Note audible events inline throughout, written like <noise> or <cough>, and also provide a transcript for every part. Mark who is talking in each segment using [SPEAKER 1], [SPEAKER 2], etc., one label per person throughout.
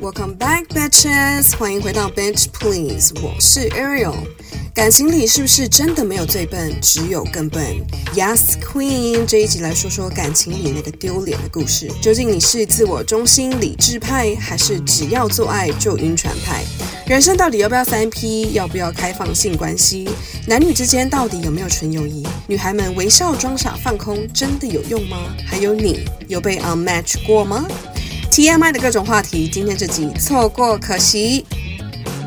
[SPEAKER 1] Welcome back, bitches！欢迎回到 Bench Please，我是 Ariel。感情里是不是真的没有最笨，只有更笨？Yes, Queen！这一集来说说感情里那个丢脸的故事。究竟你是自我中心理智派，还是只要做爱就晕船派？人生到底要不要三 P？要不要开放性关系？男女之间到底有没有纯友谊？女孩们微笑装傻放空，真的有用吗？还有你有被 unmatch 过吗？TMI 的各种话题，今天这集错过可惜。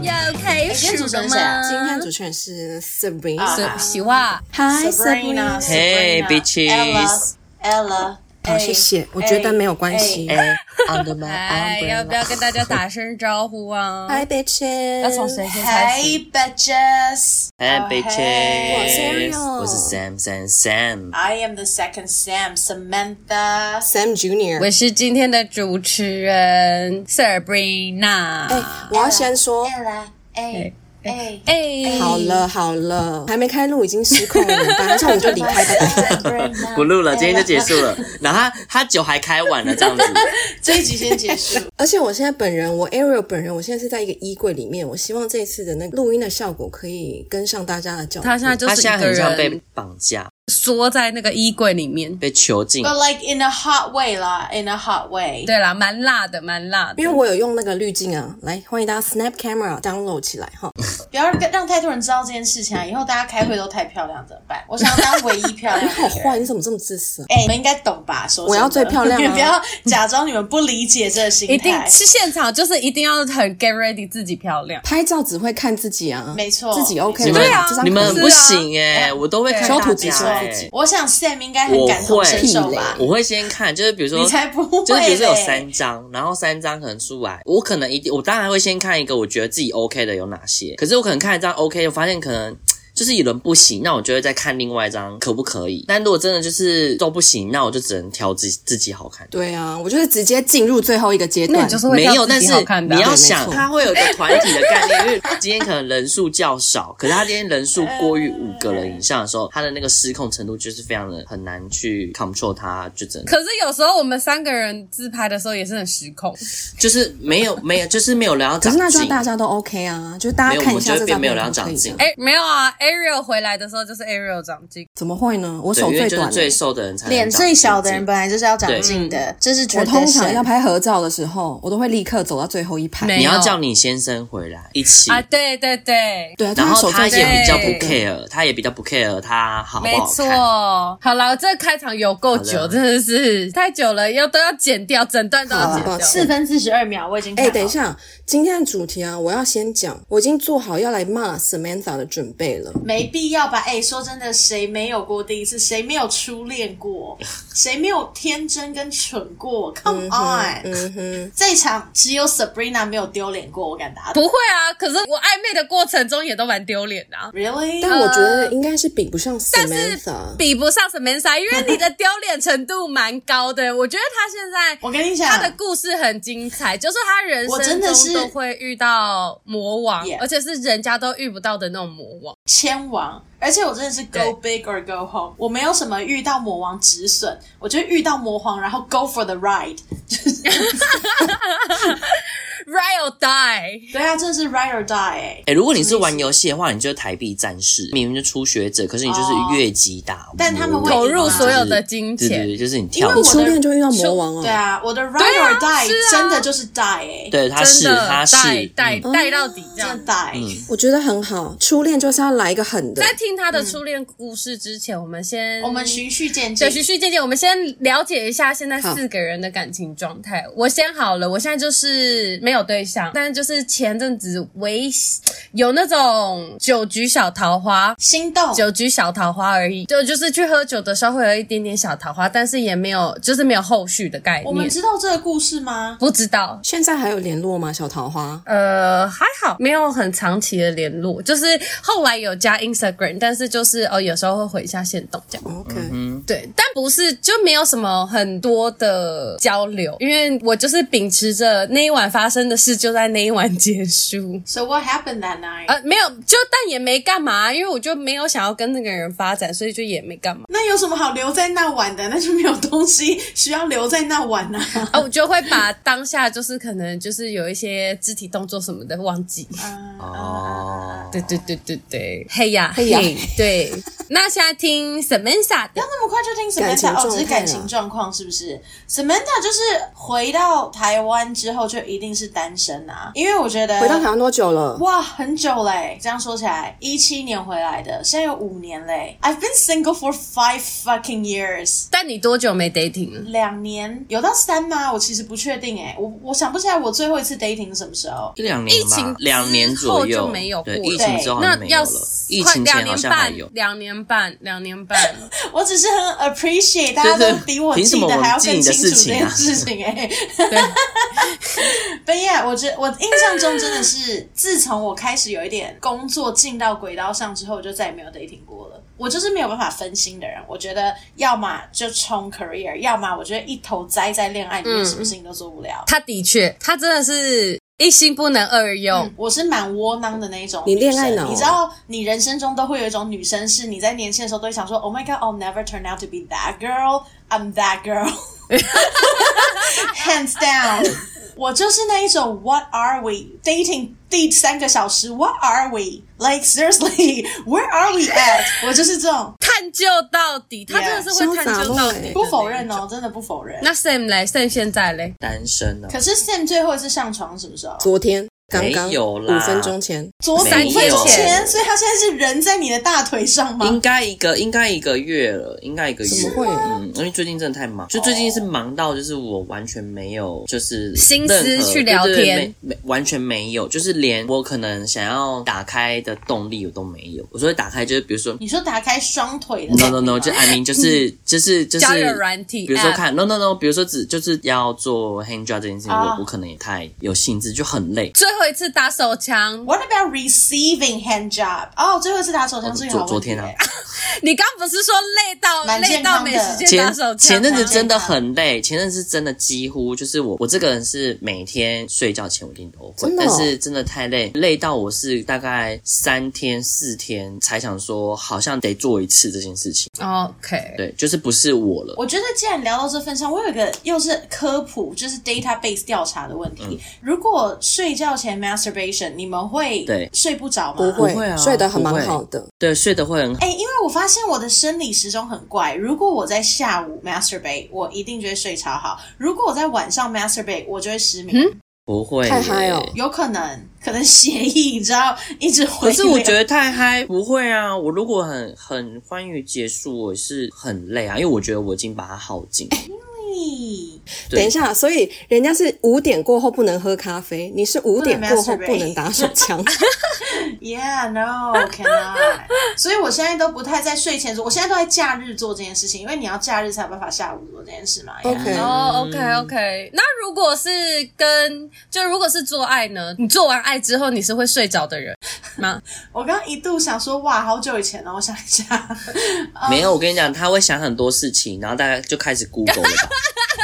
[SPEAKER 2] 又开
[SPEAKER 3] 今天
[SPEAKER 2] 始
[SPEAKER 3] 主持
[SPEAKER 2] 了
[SPEAKER 3] 人谁啊
[SPEAKER 2] 吗？
[SPEAKER 1] 今天主持人是 Sabrina。
[SPEAKER 2] 是喜欢
[SPEAKER 1] Hi
[SPEAKER 3] Sabrina,
[SPEAKER 1] Sabrina。
[SPEAKER 4] Hey,
[SPEAKER 3] Sabrina,
[SPEAKER 4] bitches.
[SPEAKER 3] Ella, Ella.
[SPEAKER 1] 好，谢谢。我觉得没有关系。
[SPEAKER 4] 哎，under my
[SPEAKER 2] 哎，要不要跟大家打声招呼啊？
[SPEAKER 1] Hi bitches。
[SPEAKER 2] 要从谁先开始？
[SPEAKER 3] Hey, bitches.
[SPEAKER 4] Hey,
[SPEAKER 3] Oh, hey.
[SPEAKER 4] bitches，
[SPEAKER 1] Ariel
[SPEAKER 4] 哎我是 Sam Sam Sam。
[SPEAKER 3] I am the second Sam, Samantha.
[SPEAKER 1] Sam Junior。
[SPEAKER 2] 我是今天的主持人 Sabrina。
[SPEAKER 1] 哎，我要先说。
[SPEAKER 3] Ella, hey, hey.
[SPEAKER 2] 哎，
[SPEAKER 1] 好了好了，还没开录已经失控了，马上我们就离开
[SPEAKER 2] <laughs>
[SPEAKER 1] 吧。
[SPEAKER 3] Sabrina,
[SPEAKER 4] 不录了，今天就结
[SPEAKER 3] Ella.
[SPEAKER 4] 束了。然后他他酒还开晚了，这样子。
[SPEAKER 3] 这一集先结束。
[SPEAKER 4] <laughs>
[SPEAKER 1] 而且我现在本人，我 Ariel 本人，我现在是在一个衣柜里面，我希望这次的那个录音的效果可以跟上大家的脚步。
[SPEAKER 2] 他现在就
[SPEAKER 4] 他
[SPEAKER 2] 是
[SPEAKER 4] 现在
[SPEAKER 2] 一个
[SPEAKER 4] 很像被
[SPEAKER 2] 人
[SPEAKER 4] 绑架，
[SPEAKER 2] 缩在那个衣柜里面。
[SPEAKER 4] 被囚禁。
[SPEAKER 3] But like in a hot way 啦，in a hot way。
[SPEAKER 2] 对啦，蛮辣的，蛮辣的
[SPEAKER 1] 因。为我有用那个滤镜啊，来欢迎大家 Snap Camera download 起来哈。
[SPEAKER 3] 不要让太多人知道这件事情啊！以后大家开会都太漂亮怎么办？我想要当唯一漂亮
[SPEAKER 1] 你
[SPEAKER 3] 的
[SPEAKER 1] 好
[SPEAKER 3] 人。 <laughs>
[SPEAKER 1] 坏，你怎么这么自私啊？
[SPEAKER 3] 哎、你们应该懂吧？说真的
[SPEAKER 1] 我要最漂亮啊
[SPEAKER 3] <laughs> 你们不要假装你们不理解这个心态。
[SPEAKER 2] 一定是现场，就是一定要很 get ready，自己漂亮。
[SPEAKER 1] 拍照只会看自己啊，
[SPEAKER 3] 没错
[SPEAKER 1] 自己 OK
[SPEAKER 4] 你
[SPEAKER 1] 吗？
[SPEAKER 4] 们
[SPEAKER 2] 对啊
[SPEAKER 1] 这张
[SPEAKER 4] 你
[SPEAKER 1] 可
[SPEAKER 4] 们
[SPEAKER 1] 以
[SPEAKER 4] 不行哎，我都会看
[SPEAKER 1] 小
[SPEAKER 4] 大
[SPEAKER 1] 土鸡
[SPEAKER 4] 家
[SPEAKER 1] 说
[SPEAKER 4] 哎
[SPEAKER 1] 自己
[SPEAKER 3] 我想 Sam 应该很感同身受吧？
[SPEAKER 4] 我会先看，就是比如说，
[SPEAKER 3] 你才不会嘞
[SPEAKER 4] 就是比如说有三张，然后三张可能出来，我可能一定，我当然会先看一个我觉得自己 OK 的有哪些，可是我可能看一张 OK，我发现可能。就是一轮不行，那我就会再看另外一张可不可以。但如果真的就是都不行，那我就只能挑自己自己好看的。
[SPEAKER 1] 对啊，我就是直接进入最后一个阶
[SPEAKER 2] 那
[SPEAKER 1] 段
[SPEAKER 2] 你就。是会
[SPEAKER 4] 没
[SPEAKER 2] 挑
[SPEAKER 4] 有，
[SPEAKER 2] 自
[SPEAKER 4] 但
[SPEAKER 2] 己
[SPEAKER 4] 是
[SPEAKER 2] 好看的啊。
[SPEAKER 4] 你要
[SPEAKER 1] 对没
[SPEAKER 4] 想，
[SPEAKER 1] 错
[SPEAKER 4] 它会有一个团体的概念，因为今天可能人数较少，可是他今天人数过于五个人以上的时候，他的那个失控程度就是非常的很难去 control 它，就只能
[SPEAKER 2] 可是有时候我们三个人自拍的时候也是很失控。
[SPEAKER 4] 就是没有没有，就是没有人要
[SPEAKER 1] 可
[SPEAKER 4] 长
[SPEAKER 1] 是那就要
[SPEAKER 4] 进。
[SPEAKER 1] 大家都 OK 啊，就是大家
[SPEAKER 4] 没有
[SPEAKER 1] 看
[SPEAKER 4] 我
[SPEAKER 1] 一
[SPEAKER 4] 觉
[SPEAKER 1] 下
[SPEAKER 4] 得
[SPEAKER 1] 这
[SPEAKER 4] 并
[SPEAKER 1] 张
[SPEAKER 4] 没有
[SPEAKER 1] 可
[SPEAKER 4] 人要
[SPEAKER 1] 不
[SPEAKER 4] 长
[SPEAKER 1] 可以
[SPEAKER 4] 进
[SPEAKER 1] 的
[SPEAKER 2] 哎、没有啊，Ariel 回来的时候就是 Ariel 长进，
[SPEAKER 1] 怎么会呢？我
[SPEAKER 4] 对，
[SPEAKER 1] 手
[SPEAKER 4] 因为
[SPEAKER 1] 最
[SPEAKER 4] 就是
[SPEAKER 1] 短，
[SPEAKER 4] 最瘦的人才能
[SPEAKER 3] 脸
[SPEAKER 4] 长
[SPEAKER 3] 最小的
[SPEAKER 4] 进
[SPEAKER 3] 人本来就是要长进的，这是绝
[SPEAKER 1] 我
[SPEAKER 3] 对
[SPEAKER 1] 通常要
[SPEAKER 3] 神
[SPEAKER 1] 拍合照的时候，我都会立刻走到最后一排。
[SPEAKER 2] 没
[SPEAKER 4] 你要
[SPEAKER 2] 有
[SPEAKER 4] 叫你先生回来一起，
[SPEAKER 2] 啊，对对对，
[SPEAKER 1] 对啊，
[SPEAKER 4] 然
[SPEAKER 1] 就是
[SPEAKER 4] 后
[SPEAKER 1] 手
[SPEAKER 4] 他
[SPEAKER 1] 最
[SPEAKER 4] 也比较不
[SPEAKER 2] 对
[SPEAKER 4] care，他也比较不 care 他好不
[SPEAKER 2] 没
[SPEAKER 4] 好
[SPEAKER 2] 错
[SPEAKER 4] 看。。
[SPEAKER 2] 好了，这开场有够
[SPEAKER 4] 好
[SPEAKER 2] 久，
[SPEAKER 4] 的
[SPEAKER 2] 真的是太久了，要都要剪掉，整段都要剪
[SPEAKER 1] 好
[SPEAKER 2] 掉
[SPEAKER 1] 了。
[SPEAKER 3] 四分四十二秒，我已经看
[SPEAKER 1] 哎、
[SPEAKER 3] 好了
[SPEAKER 1] 等一，下，今天的主题啊，我要先讲，我已经做好要来骂 Samantha 的准备了。
[SPEAKER 3] 没必要吧？哎、说真的，谁没有过第一次？谁没有初
[SPEAKER 1] <laughs>
[SPEAKER 3] 恋过？谁没有天真跟蠢过？Come on，、
[SPEAKER 1] 嗯哼，
[SPEAKER 3] 这一场只有 Sabrina 没有丢脸过，我敢打赌。
[SPEAKER 2] 不会啊，可是我暧昧的过程中也都蛮丢脸的、啊。
[SPEAKER 3] Really？
[SPEAKER 1] 但我觉得应该是比不上
[SPEAKER 2] 但是
[SPEAKER 4] 啊
[SPEAKER 1] Samantha。
[SPEAKER 2] 比不上 Samantha，因为你的丢脸程度蛮高的。 <laughs> 我觉得他现在，
[SPEAKER 3] 我跟你讲
[SPEAKER 2] 他的故事很精彩，就是他人
[SPEAKER 3] 我真
[SPEAKER 2] 生
[SPEAKER 3] 的是
[SPEAKER 2] 中都会遇到魔王
[SPEAKER 3] Yeah
[SPEAKER 2] 而且是人家都遇不到的那种魔王。
[SPEAKER 3] 千王，而且我真的是 go
[SPEAKER 2] 对
[SPEAKER 3] big or go home，我没有什么遇到魔王止损，我就遇到魔皇，然后 go for the ride，就是
[SPEAKER 2] Ride or die，
[SPEAKER 3] 对啊，真的是 ride or die 哎、
[SPEAKER 4] 哎、如果你是玩游戏的话，你就是台币战士，明明就初学者，可是你就是越级打，
[SPEAKER 3] 但他们会
[SPEAKER 2] 投
[SPEAKER 3] 赢
[SPEAKER 2] 入
[SPEAKER 3] 啊
[SPEAKER 2] 所有的金
[SPEAKER 4] 对对
[SPEAKER 2] 钱。
[SPEAKER 4] 对，就是你
[SPEAKER 3] 因
[SPEAKER 4] 跳
[SPEAKER 3] 为
[SPEAKER 1] 你
[SPEAKER 3] 我
[SPEAKER 1] 初恋就遇到魔王哦、
[SPEAKER 3] 对啊，我的 ride
[SPEAKER 2] 对啊
[SPEAKER 3] or die、
[SPEAKER 2] 是啊
[SPEAKER 3] 真的就是 die 哎、
[SPEAKER 4] 对，他是
[SPEAKER 2] 真的
[SPEAKER 4] 他
[SPEAKER 2] 带
[SPEAKER 4] 是
[SPEAKER 2] 带
[SPEAKER 4] 嗯
[SPEAKER 2] 带到底这样
[SPEAKER 3] 真。的 die，、
[SPEAKER 1] 我觉得很好，初恋就是要来一个狠的。
[SPEAKER 2] 在听他的初恋故事之前，我们先
[SPEAKER 3] 嗯我们循序渐进
[SPEAKER 2] 对，徐徐姐姐，我们先了解一下现在四个人的感情状态。我先好了，我现在就是没有对象，但就是前阵子微有那种酒局小桃花。
[SPEAKER 3] 心动。
[SPEAKER 2] 酒局小桃花而已，就就是去喝酒的时候会有一点点小桃花，但是也没有，就是没有后续的概
[SPEAKER 3] 我们
[SPEAKER 2] 念。
[SPEAKER 3] 知道这个故事吗？
[SPEAKER 2] 不知道，
[SPEAKER 1] 现在还有联络吗？小桃花？
[SPEAKER 2] 呃，还好，没有很长期的联络，就是后来有加 Instagram，但是就是哦，有时候会回一下线动这样。
[SPEAKER 1] OK，、
[SPEAKER 2] 对，但不是就没有什么很多的交流，因为我就是秉持着那一晚发生的事就在那一晚结束。 <laughs>
[SPEAKER 3] So what happened that night？、
[SPEAKER 2] 呃，没有，就但也没干嘛，因为我就没有想要跟那个人发展，所以就也没干嘛。
[SPEAKER 3] 那有什么好留在那晚的？那就没有东西需要留在那晚啊。
[SPEAKER 2] 啊，我就会把当下就是可能就是有一些肢体动作什么的忘记。
[SPEAKER 4] 哦，
[SPEAKER 2] 对对对对对，嘿呀
[SPEAKER 1] 嘿呀
[SPEAKER 2] 对。那现在听 Samantha 的
[SPEAKER 3] 不要，那么快就听
[SPEAKER 1] 感情
[SPEAKER 3] Samantha 哦，只
[SPEAKER 1] 状态
[SPEAKER 3] 是
[SPEAKER 1] 啊
[SPEAKER 3] 感情状况是不是？Samantha 就是回到台湾之后就一定是单身啊，因为我觉得
[SPEAKER 1] 回到台湾多久了？
[SPEAKER 3] 哇，很久嘞！这样说起来，一七年回来的，现在有五年嘞。I've been single for five fucking years，
[SPEAKER 2] 但你多久没 dating 了？
[SPEAKER 3] 两年有到三吗？我其实不确定哎，我我想不起来我最后一次 dating 是什么时候。
[SPEAKER 4] 一两年
[SPEAKER 2] 疫情之
[SPEAKER 4] 吧
[SPEAKER 2] 后，
[SPEAKER 4] 两年左右
[SPEAKER 2] 就没有过
[SPEAKER 4] 对，
[SPEAKER 2] 了
[SPEAKER 4] 疫情之后好
[SPEAKER 2] 那
[SPEAKER 4] 像没有
[SPEAKER 2] 要
[SPEAKER 4] 了，疫
[SPEAKER 2] 快
[SPEAKER 4] 情
[SPEAKER 2] 两
[SPEAKER 4] 前好
[SPEAKER 2] 年
[SPEAKER 4] 像还
[SPEAKER 2] 半
[SPEAKER 4] 有，。
[SPEAKER 2] 两年半，两年半。
[SPEAKER 3] 我只是很 appreciate 大家
[SPEAKER 4] 对
[SPEAKER 3] 都
[SPEAKER 4] 对
[SPEAKER 3] 比我
[SPEAKER 4] 凭什
[SPEAKER 3] 记
[SPEAKER 4] 么
[SPEAKER 3] 得
[SPEAKER 4] 我
[SPEAKER 3] 还要
[SPEAKER 4] 记
[SPEAKER 3] 更
[SPEAKER 4] 你
[SPEAKER 3] 清
[SPEAKER 4] 的
[SPEAKER 3] 楚这
[SPEAKER 4] 事情
[SPEAKER 3] 件
[SPEAKER 4] 啊
[SPEAKER 3] 事情哎。
[SPEAKER 2] 对，
[SPEAKER 3] <laughs> But yeah，我觉我印象中真的是，自从我开始有一点工作进到轨道上之后，我就再也没有 dating 过了。我就是没有办法分心的人，我觉得要么就冲 career，要么我觉得一头栽在恋爱里
[SPEAKER 4] 嗯
[SPEAKER 3] 面，什么事情都做不了。
[SPEAKER 2] 他的确，他真的是一心不能二用。
[SPEAKER 3] 我是蛮窝囊的那一种
[SPEAKER 1] 你
[SPEAKER 3] 女生。
[SPEAKER 1] 恋爱脑啊
[SPEAKER 3] 你知道，你人生中都会有一种女生，是你在年轻的时候都会想说，Oh my God, I'll never turn out to be that girl. I'm
[SPEAKER 1] <laughs>
[SPEAKER 3] that girl. Hands down. 我就是那一种 What are we dating 第三个小时 What are we like seriously <laughs> Where are we at？我就是这
[SPEAKER 1] <laughs>
[SPEAKER 3] 种，
[SPEAKER 2] 探究到底，他
[SPEAKER 3] Yeah，
[SPEAKER 2] 真的是会探究到底，
[SPEAKER 3] 不否认。哦，真的不否认。
[SPEAKER 2] 那 Sam 嘞，Sam 现在嘞，
[SPEAKER 4] 单身啊呢
[SPEAKER 3] 可？是 Sam 最后一次上床是什么时候？
[SPEAKER 1] 昨天刚刚
[SPEAKER 4] 没有啦
[SPEAKER 1] 五分钟前，
[SPEAKER 3] 昨
[SPEAKER 4] 没
[SPEAKER 3] 天
[SPEAKER 4] 有
[SPEAKER 3] 分前，所以他现在是人在你的大腿上吗？
[SPEAKER 4] 应该一个，应该一个月了，应该一个月。
[SPEAKER 1] 怎么会
[SPEAKER 2] 啊
[SPEAKER 4] 嗯，因为最近真的太
[SPEAKER 2] 哦
[SPEAKER 4] 忙，就最近是忙到就是我完全没有就是
[SPEAKER 2] 心思
[SPEAKER 4] 任何
[SPEAKER 2] 去聊天
[SPEAKER 4] 对对对没没完全没有，就是连我可能想要打开的动力我都没有。我说打开就是比如说
[SPEAKER 3] 你说打开双腿的
[SPEAKER 4] no no no，就 I
[SPEAKER 2] <laughs>
[SPEAKER 4] mean 就是就是就是
[SPEAKER 2] 交友软体啊
[SPEAKER 4] 比如说
[SPEAKER 2] app
[SPEAKER 4] 看 no no no，比如说只就是要做 hand job 这件事情，
[SPEAKER 3] 啊
[SPEAKER 2] 哦
[SPEAKER 4] 我我可能也太有兴致，就很累。
[SPEAKER 2] 最后一次打手枪，
[SPEAKER 3] What about receiving hand job？哦、最后一次打手枪是一个好问
[SPEAKER 4] 昨昨
[SPEAKER 3] 题耶、
[SPEAKER 4] 天啊，
[SPEAKER 2] 你刚不是说累到
[SPEAKER 3] 蛮
[SPEAKER 2] 累
[SPEAKER 3] 健
[SPEAKER 2] 到
[SPEAKER 3] 康的
[SPEAKER 2] 没时间打
[SPEAKER 4] 前
[SPEAKER 2] 手枪吗？
[SPEAKER 4] 前阵子真的很累，前阵子真的几乎就是我我这个人是每天睡觉前我一定都会，
[SPEAKER 1] 真的哦
[SPEAKER 4] 但是真的太累，累到我是大概三天四天才想说好像得做一次这件事情，
[SPEAKER 2] OK。
[SPEAKER 4] 对，就是不是我了。
[SPEAKER 3] 我觉得既然聊到这份上，我有一个又是科普，就是
[SPEAKER 4] 嗯
[SPEAKER 3] database 调查的问题。如果睡觉前 masturbation，你们会
[SPEAKER 4] 对
[SPEAKER 3] 睡不着吗？
[SPEAKER 1] 不会
[SPEAKER 4] 不会啊
[SPEAKER 1] 睡得很
[SPEAKER 4] 不会
[SPEAKER 1] 蛮好的，
[SPEAKER 4] 对，睡得会很好。
[SPEAKER 3] 哎、因为我发现我的生理时钟很怪。如果我在下午 masturbate，我一定就会睡超好；如果我在晚上 masturbate，我就会失眠。
[SPEAKER 4] 不会
[SPEAKER 1] 太
[SPEAKER 4] 耶
[SPEAKER 1] 嗨哦
[SPEAKER 3] 有可能，可能协议你知道一直回。
[SPEAKER 4] 可是我觉得太嗨不会啊！我如果很很欢愉结束，我是很累啊，因为我觉得我已经把它耗尽。
[SPEAKER 3] 咦
[SPEAKER 4] 对
[SPEAKER 1] 等一下，所以人家是五点过后不能喝咖啡，你是五点过后不能打手
[SPEAKER 4] <laughs>
[SPEAKER 1] 枪，
[SPEAKER 3] Yeah, no, cannot. 所以我现在都不太在睡前做，我现在都在假日做这件事情，因为你要假日才有办法下午做这件事嘛。Yeah.
[SPEAKER 1] OK
[SPEAKER 2] 哦、o k OK，那如果是跟就如果是做爱呢？你做完爱之后你是会睡着的人吗？
[SPEAKER 3] 我刚刚一度想说，哇，好久以前哦了，我想一下，嗯
[SPEAKER 4] 没有，我跟你讲，他会想很多事情，然后大家就开始 Google 了吧，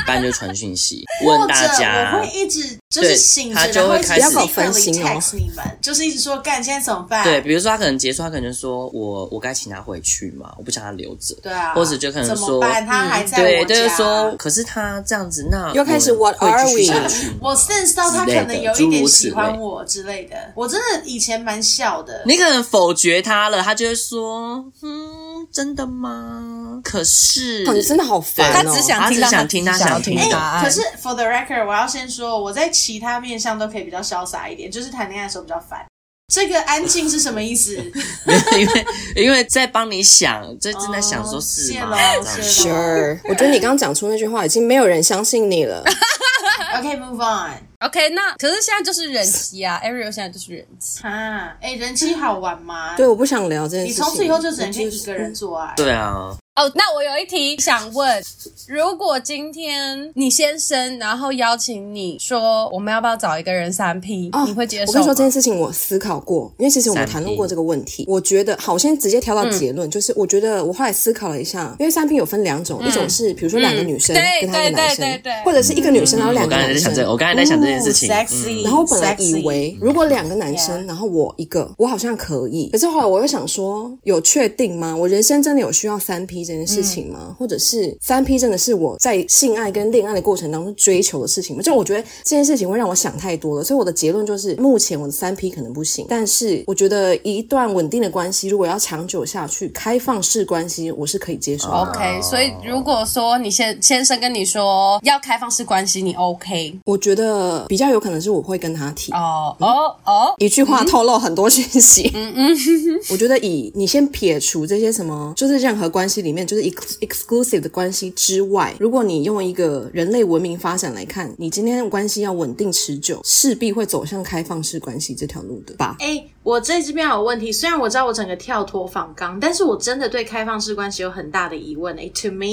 [SPEAKER 4] 不然就传讯息
[SPEAKER 3] 或者
[SPEAKER 4] 问大
[SPEAKER 3] 我
[SPEAKER 4] 家
[SPEAKER 3] 会。一直就是醒着，
[SPEAKER 4] 对他就
[SPEAKER 3] 然后
[SPEAKER 4] 会
[SPEAKER 3] 一直
[SPEAKER 4] 开始
[SPEAKER 3] secretly
[SPEAKER 1] 不要搞分心哦
[SPEAKER 3] text 你们，就是一直说，干，现在怎么办？
[SPEAKER 4] 对，比如说他可能结束，他可能就说我我该请他回去嘛，我不想他留着。
[SPEAKER 3] 对啊，
[SPEAKER 4] 或者就可能
[SPEAKER 3] 怎么
[SPEAKER 4] 说，嗯
[SPEAKER 3] 办？他还在
[SPEAKER 4] 对，
[SPEAKER 3] 我家。
[SPEAKER 4] 就是说，可是他这样子，那
[SPEAKER 1] 又开始
[SPEAKER 4] 我们
[SPEAKER 1] what
[SPEAKER 4] 会
[SPEAKER 1] are
[SPEAKER 4] 继续下
[SPEAKER 1] we？
[SPEAKER 4] 去吗
[SPEAKER 3] 我 sense 到他
[SPEAKER 4] 之
[SPEAKER 3] 可
[SPEAKER 4] 类的
[SPEAKER 3] 能有
[SPEAKER 4] 诸
[SPEAKER 3] 一点
[SPEAKER 4] 如此
[SPEAKER 3] 喜欢
[SPEAKER 4] 类
[SPEAKER 3] 我之类的，我真的以前蛮小的，
[SPEAKER 4] 你可能否决他了，他就会说：“嗯，真的吗？可是
[SPEAKER 1] 哇，你真的好烦哦！
[SPEAKER 4] 对他
[SPEAKER 2] 只想
[SPEAKER 4] 他只
[SPEAKER 2] 听到
[SPEAKER 4] 想听他
[SPEAKER 2] 自己
[SPEAKER 4] 想
[SPEAKER 2] 要
[SPEAKER 4] 听
[SPEAKER 2] 的
[SPEAKER 3] 哎，
[SPEAKER 4] 到
[SPEAKER 2] 答
[SPEAKER 1] 啊
[SPEAKER 2] 案
[SPEAKER 3] 可是 for the record，我要先说，我在其他面向都可以比较潇洒一点，就是谈恋爱的时候比较烦。这个安静是什么意思？
[SPEAKER 4] <laughs> 因为因为在帮你想，在正在想说是吗？
[SPEAKER 3] 哦谢咯
[SPEAKER 4] 这样
[SPEAKER 3] 谢咯
[SPEAKER 1] Sure，我觉得你刚刚讲出那句话，已经没有人相信你
[SPEAKER 3] <laughs>
[SPEAKER 1] 了。 <laughs>
[SPEAKER 3] OK，move、on。
[SPEAKER 2] OK，那可是现在就是人妻啊，Ariel 现在就是人妻。
[SPEAKER 3] 啊，哎、人妻好玩吗？
[SPEAKER 1] 对，，我不想聊这件
[SPEAKER 3] 你
[SPEAKER 1] 事情。
[SPEAKER 3] 从此以后就只能
[SPEAKER 1] 我
[SPEAKER 3] 跟
[SPEAKER 1] 就
[SPEAKER 3] 一个人做爱。
[SPEAKER 4] 对啊，
[SPEAKER 2] 哦，那我有一题想问：如果今天你先生，然后邀请你说我们要不要找一个人三 P，、
[SPEAKER 1] 哦
[SPEAKER 2] 你会接受吗？嗯
[SPEAKER 1] 我跟你说这件事情，我思考过，因为其实我们
[SPEAKER 4] 三 P
[SPEAKER 1] 谈论过这个问题。我觉得，好，我先直接跳到结论，就是我觉得我后来思考了一下，因为三 P 有分两种，一种是比如说两个女生
[SPEAKER 2] 嗯对
[SPEAKER 1] 跟她一个男
[SPEAKER 2] 对对
[SPEAKER 1] 生
[SPEAKER 2] 对对，
[SPEAKER 1] 或者是一个女生然后两
[SPEAKER 4] 嗯我
[SPEAKER 1] 个
[SPEAKER 4] 刚才
[SPEAKER 1] 男
[SPEAKER 4] 在想
[SPEAKER 1] 生。
[SPEAKER 4] 这，我刚才在想这件事情。嗯
[SPEAKER 3] sexy，
[SPEAKER 1] 然后我本来以
[SPEAKER 3] sexy
[SPEAKER 1] 为，如果两个男
[SPEAKER 3] Yeah
[SPEAKER 1] 生，然后我一个，我好像可以。可是后来我又想说，有确定吗？我人生真的有需要三 P 这件事情吗？或者是三 P 真的是我在性爱跟恋爱的过程当中追求的事情吗？就我觉得这件事情会让我想太多了，所以我的结论就是，目前我的三 P 可能不行。但是我觉得一段稳定的关系，如果要长久下去，开放式关系我是可以接受的。
[SPEAKER 2] OK，所以如果说你先先生跟你说要开放式关系，你 OK？
[SPEAKER 1] 我觉得比较有可能是我会跟他提。
[SPEAKER 2] 哦哦哦，
[SPEAKER 1] 一句
[SPEAKER 4] 嗯
[SPEAKER 1] 话透露很多讯息。嗯嗯， <laughs> 我觉得以你先撇除这些什么，就是任何关系里面，就是 ex- exclusive 的关系之外，如果你用一个人类文明发展来看，你今天的关系要稳定持久，势必会走向开放式关系这条路的吧？
[SPEAKER 3] 哎、我在这边有问题。虽然我知道我整个跳脱仿纲，但是我真的对开放式关系有很大的疑问。哎、t o me,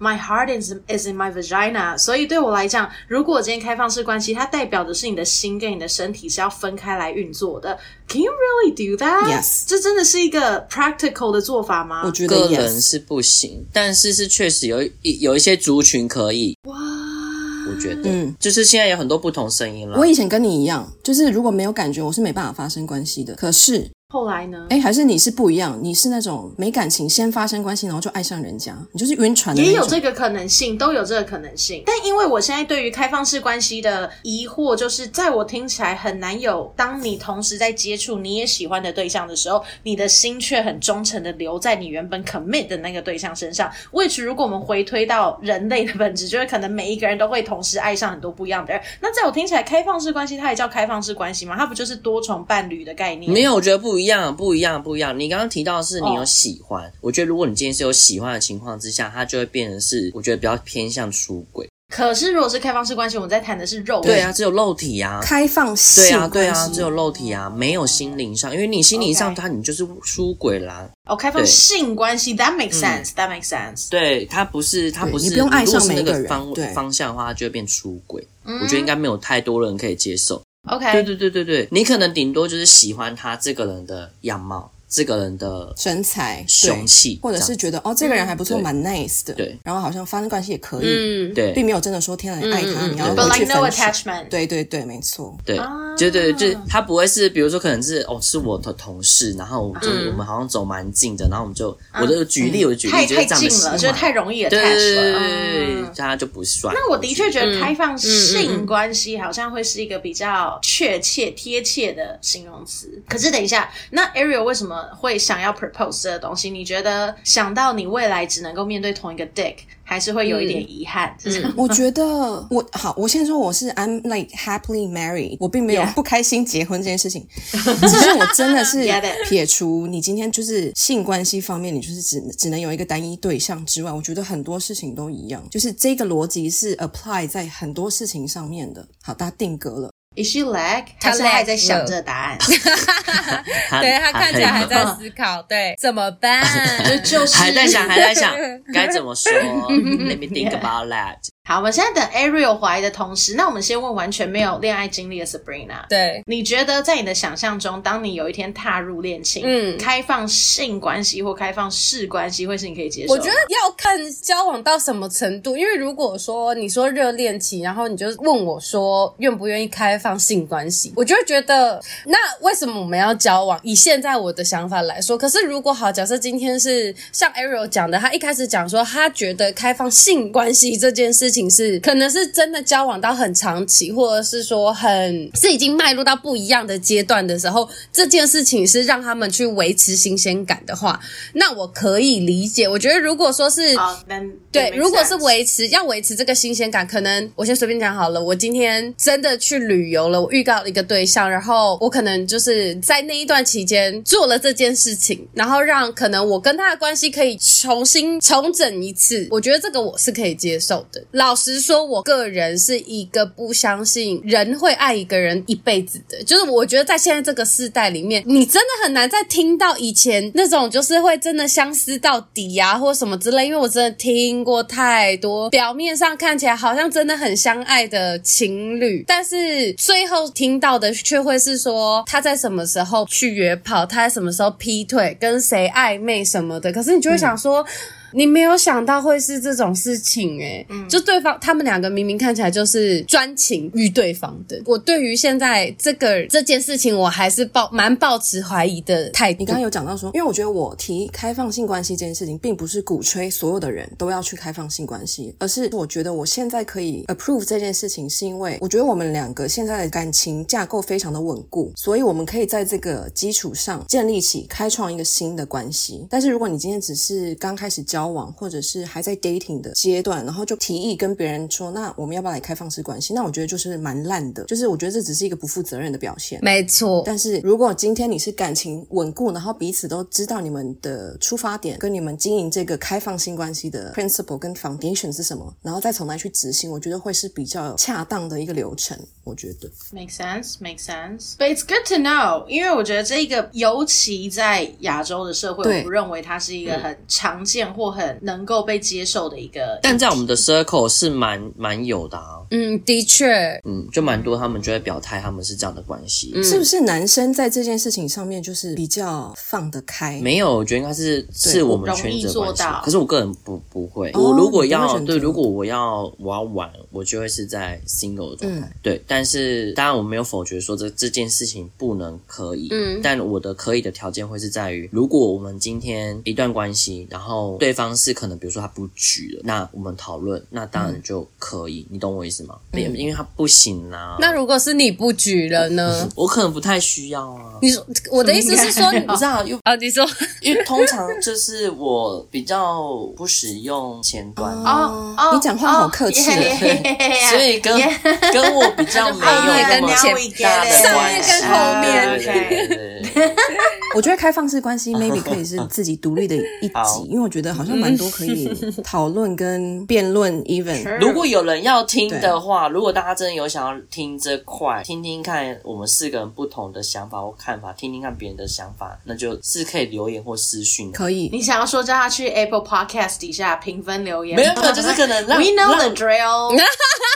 [SPEAKER 3] my heart is is in my vagina。所以对我来讲，如果今天开放式关系，它代表的是你的心跟你的身体是要分开来运作的。Can you really do that?
[SPEAKER 1] Yes
[SPEAKER 3] 这真的是一个 practical 的做法吗？
[SPEAKER 1] 我觉得
[SPEAKER 4] 个
[SPEAKER 1] yes
[SPEAKER 4] 人是不行，但是是确实有一有一些族群可以，
[SPEAKER 3] 哇，
[SPEAKER 4] 我觉得，
[SPEAKER 1] 嗯
[SPEAKER 4] 就是现在有很多不同声音了。
[SPEAKER 1] 我以前跟你一样，就是如果没有感觉，我是没办法发生关系的。可是，
[SPEAKER 3] 后来呢？
[SPEAKER 1] 哎，还是你是不一样，你是那种没感情先发生关系，然后就爱上人家，你就是晕船的那
[SPEAKER 3] 也
[SPEAKER 1] 种。
[SPEAKER 3] 有这个可能性，都有这个可能性。但因为我现在对于开放式关系的疑惑，就是在我听起来很难有，当你同时在接触你也喜欢的对象的时候，你的心却很忠诚的留在你原本 commit 的那个对象身上。which 如果我们回推到人类的本质，就是可能每一个人都会同时爱上很多不一样的人。那在我听起来，开放式关系它也叫开放式关系吗？它不就是多重伴侣的概念？
[SPEAKER 4] 没有，我觉得不一样，不一样，不一样。你刚刚提到的是你有
[SPEAKER 3] 哦
[SPEAKER 4] 喜欢，我觉得如果你今天是有喜欢的情况之下，它就会变成是，我觉得比较偏向出轨。
[SPEAKER 3] 可是如果是开放式关系，我们在谈的是肉体
[SPEAKER 4] 对啊，只有肉体啊，
[SPEAKER 1] 开放性
[SPEAKER 4] 对啊，对
[SPEAKER 1] 关
[SPEAKER 4] 啊，
[SPEAKER 1] 系
[SPEAKER 4] 只有肉体啊，没有心灵上，因为你心灵上
[SPEAKER 3] OK
[SPEAKER 4] 它你就是出轨啦。
[SPEAKER 3] 哦，开放
[SPEAKER 4] 对
[SPEAKER 3] 性关系，that makes sense，that makes sense。
[SPEAKER 4] 对，它不是，它
[SPEAKER 1] 对
[SPEAKER 4] 不是，
[SPEAKER 1] 你不用爱上
[SPEAKER 4] 如果是
[SPEAKER 1] 每
[SPEAKER 4] 那
[SPEAKER 2] 一个
[SPEAKER 4] 个
[SPEAKER 1] 人
[SPEAKER 4] 方
[SPEAKER 1] 对
[SPEAKER 4] 方向的话，它就会变出轨。我觉得应该没有太多人可以接受。
[SPEAKER 3] OK，
[SPEAKER 4] 对对对对对，你可能顶多就是喜欢他这个人的样貌，这个人的
[SPEAKER 1] 身材、
[SPEAKER 4] 雄
[SPEAKER 1] 对
[SPEAKER 4] 气
[SPEAKER 1] 或者是觉得哦，这个人还不错，
[SPEAKER 4] 对
[SPEAKER 1] 蛮 nice 的，
[SPEAKER 4] 对，
[SPEAKER 1] 然后好像发生关系也可以，
[SPEAKER 2] 嗯，
[SPEAKER 1] 并
[SPEAKER 4] 对
[SPEAKER 1] 没有真的说天哪，你爱他，
[SPEAKER 2] 嗯嗯
[SPEAKER 1] 你要
[SPEAKER 3] But
[SPEAKER 1] 去
[SPEAKER 3] like no
[SPEAKER 1] 分手。
[SPEAKER 3] attachment。
[SPEAKER 1] 对对对，没错，
[SPEAKER 4] 对
[SPEAKER 3] 啊，
[SPEAKER 4] 就对，就是他不会是，比如说可能是哦，是我的同事，然后我就
[SPEAKER 2] 嗯
[SPEAKER 4] 我们好像走蛮近的，然后我们就我的举例，我举
[SPEAKER 3] 太
[SPEAKER 4] 例就是
[SPEAKER 3] 太
[SPEAKER 4] 这样
[SPEAKER 3] 近
[SPEAKER 4] 的喜
[SPEAKER 3] 了，
[SPEAKER 4] 欢
[SPEAKER 3] 就是太容易
[SPEAKER 4] 对
[SPEAKER 3] attach
[SPEAKER 4] 对对
[SPEAKER 3] 了。
[SPEAKER 4] 对对
[SPEAKER 3] 嗯
[SPEAKER 4] 对，他就不算。
[SPEAKER 3] 那我的确觉得
[SPEAKER 2] 嗯
[SPEAKER 3] 开放
[SPEAKER 2] 嗯嗯
[SPEAKER 3] 性
[SPEAKER 2] 嗯
[SPEAKER 3] 关系好像会是一个比较确切、贴切的形容词。可是等一下，那 Ariel 为什么会想要 propose 这个东西？你觉得想到你未来只能够面对同一个 dick，还是会有一点
[SPEAKER 4] 嗯
[SPEAKER 3] 遗憾？是这样
[SPEAKER 1] 我觉得我好，我先说我是 I'm like happily married，我并没有
[SPEAKER 3] Yeah
[SPEAKER 1] 不开心结婚这件事
[SPEAKER 4] <laughs>
[SPEAKER 1] 情，只是我真的是
[SPEAKER 3] Get it
[SPEAKER 1] 撇除你今天就是性关系方面，你就是只只能有一个单一对象之外，我觉得很多事情都一样，就是这个逻辑是 apply 在很多事情上面的。好，大家定格了。
[SPEAKER 3] <laughs> Is she lag？
[SPEAKER 2] 她
[SPEAKER 3] 还是她还
[SPEAKER 2] lag
[SPEAKER 3] 在想
[SPEAKER 2] 了
[SPEAKER 3] 这
[SPEAKER 4] 嗯
[SPEAKER 3] 个答
[SPEAKER 4] <laughs>
[SPEAKER 3] 案？
[SPEAKER 4] 他
[SPEAKER 2] 对他看起来还在
[SPEAKER 4] 他
[SPEAKER 2] 思考，对，怎么办？
[SPEAKER 3] 就是
[SPEAKER 4] 还
[SPEAKER 3] <laughs>
[SPEAKER 4] 在想，还在想该怎么说？Let me think about that。
[SPEAKER 3] 好，我们现在等 Ariel 怀的同时，那我们先问完全没有恋爱经历的 Sabrina。
[SPEAKER 2] 对，
[SPEAKER 3] 你觉得在你的想象中，当你有一天踏入恋情，
[SPEAKER 2] 嗯
[SPEAKER 3] 开放性关系或开放式关系，会是你可以接受
[SPEAKER 2] 我
[SPEAKER 3] 的吗？
[SPEAKER 2] 觉得要看交往到什么程度，因为如果说你说热恋期，然后你就问我说愿不愿意开放性关系，我就会觉得那为什么我们要交往？以现在我的想法来说，可是如果好，假设今天是像 Ariel 讲的，他一开始讲说他觉得开放性关系这件事情是可能是真的交往到很长期，或者是说很是已经迈入到不一样的阶段的时候，这件事情是让他们去维持新鲜感的话，那我可以理解。我觉得如果说是。
[SPEAKER 3] 好，那
[SPEAKER 2] 对，如果是维持要维持这个新鲜感，可能我先随便讲好了。我今天真的去旅游了，我预告了一个对象，然后我可能就是在那一段期间做了这件事情，然后让可能我跟他的关系可以重新重整一次。我觉得这个我是可以接受的。老老实说，我个人是一个不相信人会爱一个人一辈子的，就是我觉得在现在这个世代里面，你真的很难再听到以前那种就是会真的相思到底呀、或什么之类，因为我真的听过太多表面上看起来好像真的很相爱的情侣，但是最后听到的却会是说他在什么时候去约炮，他在什么时候劈腿，跟谁暧昧什么的，可是
[SPEAKER 1] 嗯
[SPEAKER 2] 你就会想说。你没有想到会是这种事情哎、
[SPEAKER 1] 嗯
[SPEAKER 2] 就对方他们两个明明看起来就是专情于对方的。我对于现在这个这件事情，我还是抱蛮抱持怀疑的态度。
[SPEAKER 1] 你刚刚有讲到说，因为我觉得我提开放性关系这件事情，并不是鼓吹所有的人都要去开放性关系，而是我觉得我现在可以 approve 这件事情，是因为我觉得我们两个现在的感情架构非常的稳固，所以我们可以在这个基础上建立起开创一个新的关系。但是如果你今天只是刚开始交往，或者是还在 dating 的阶段，然后就提议跟别人说，那我们要不要来开放式关系？那我觉得就是蛮烂的，就是我觉得这只是一个不负责任的表现。
[SPEAKER 2] 没错，
[SPEAKER 1] 但是如果今天你是感情稳固，然后彼此都知道你们的出发点跟你们经营这个开放性关系的 principle 跟 foundation 是什么，然后再从那去执行，我觉得会是比较恰当的一个流程。我觉得
[SPEAKER 3] Make sense, make sense. But it's good to know，因为我觉得这个，尤其在亚洲的社会，
[SPEAKER 1] 对
[SPEAKER 3] 我不认为它是一个很常见或很能够被接受的一个。
[SPEAKER 4] 但在我们的 circle 是蛮蛮有的啊，
[SPEAKER 2] 嗯，的确，
[SPEAKER 4] 嗯，就蛮多他们就会表态他们是这样的关系，
[SPEAKER 1] 是不是男生在这件事情上面就是比较放得开？
[SPEAKER 4] 没有，我觉得应该是是我们圈子的
[SPEAKER 3] 容易做
[SPEAKER 4] 关系
[SPEAKER 3] 到。
[SPEAKER 4] 可是我个人不不会，
[SPEAKER 1] 哦
[SPEAKER 4] 我如果
[SPEAKER 1] 你不
[SPEAKER 4] 要
[SPEAKER 1] 会选择
[SPEAKER 4] 对，如果我要我要玩，我就会是在 single 的状态。对，但是当然我没有否决说这这件事情不能可以，嗯，但我的可以的条件会是在于，如果我们今天一段关系，然后对方是可能比如说他不举了，那我们讨论，那当然就可以，你懂我意思吗？因为因为他不行啦、
[SPEAKER 2] 那如果是你不举了呢？
[SPEAKER 4] 我可能不太需要啊。
[SPEAKER 2] 你说我的意思是说，你
[SPEAKER 4] 不知道，又
[SPEAKER 2] 啊，你说
[SPEAKER 4] 因为通常就是我比较不使用前端，
[SPEAKER 3] 哦哦，
[SPEAKER 1] 你讲话好客
[SPEAKER 3] <laughs>
[SPEAKER 1] 气
[SPEAKER 3] 哦 yeah，
[SPEAKER 4] 所以跟
[SPEAKER 3] yeah
[SPEAKER 4] <laughs> 跟我比较没有那么
[SPEAKER 2] 上
[SPEAKER 3] 面跟
[SPEAKER 4] 大的
[SPEAKER 2] 前上面
[SPEAKER 4] 关系
[SPEAKER 3] 跟后面
[SPEAKER 4] 对对对对对
[SPEAKER 1] 我觉得开放式关系 maybe 可以
[SPEAKER 4] <laughs>
[SPEAKER 1] 是自己独立的一
[SPEAKER 4] 好
[SPEAKER 1] 集，因为我觉得好像蛮多可
[SPEAKER 4] <laughs>
[SPEAKER 1] 以讨论跟辩论 even。
[SPEAKER 4] 如果有人要听的话，如果大家真的有想要听这块，听听看我们四个人不同的想法或看法，听听看别人的想法，那就是可以留言或私讯的。
[SPEAKER 1] 可以，
[SPEAKER 3] 你想要说叫他去 Apple Podcast 底下评分留言，
[SPEAKER 4] 没有没有就是可能让
[SPEAKER 3] <laughs> We know the
[SPEAKER 4] 让
[SPEAKER 3] drill。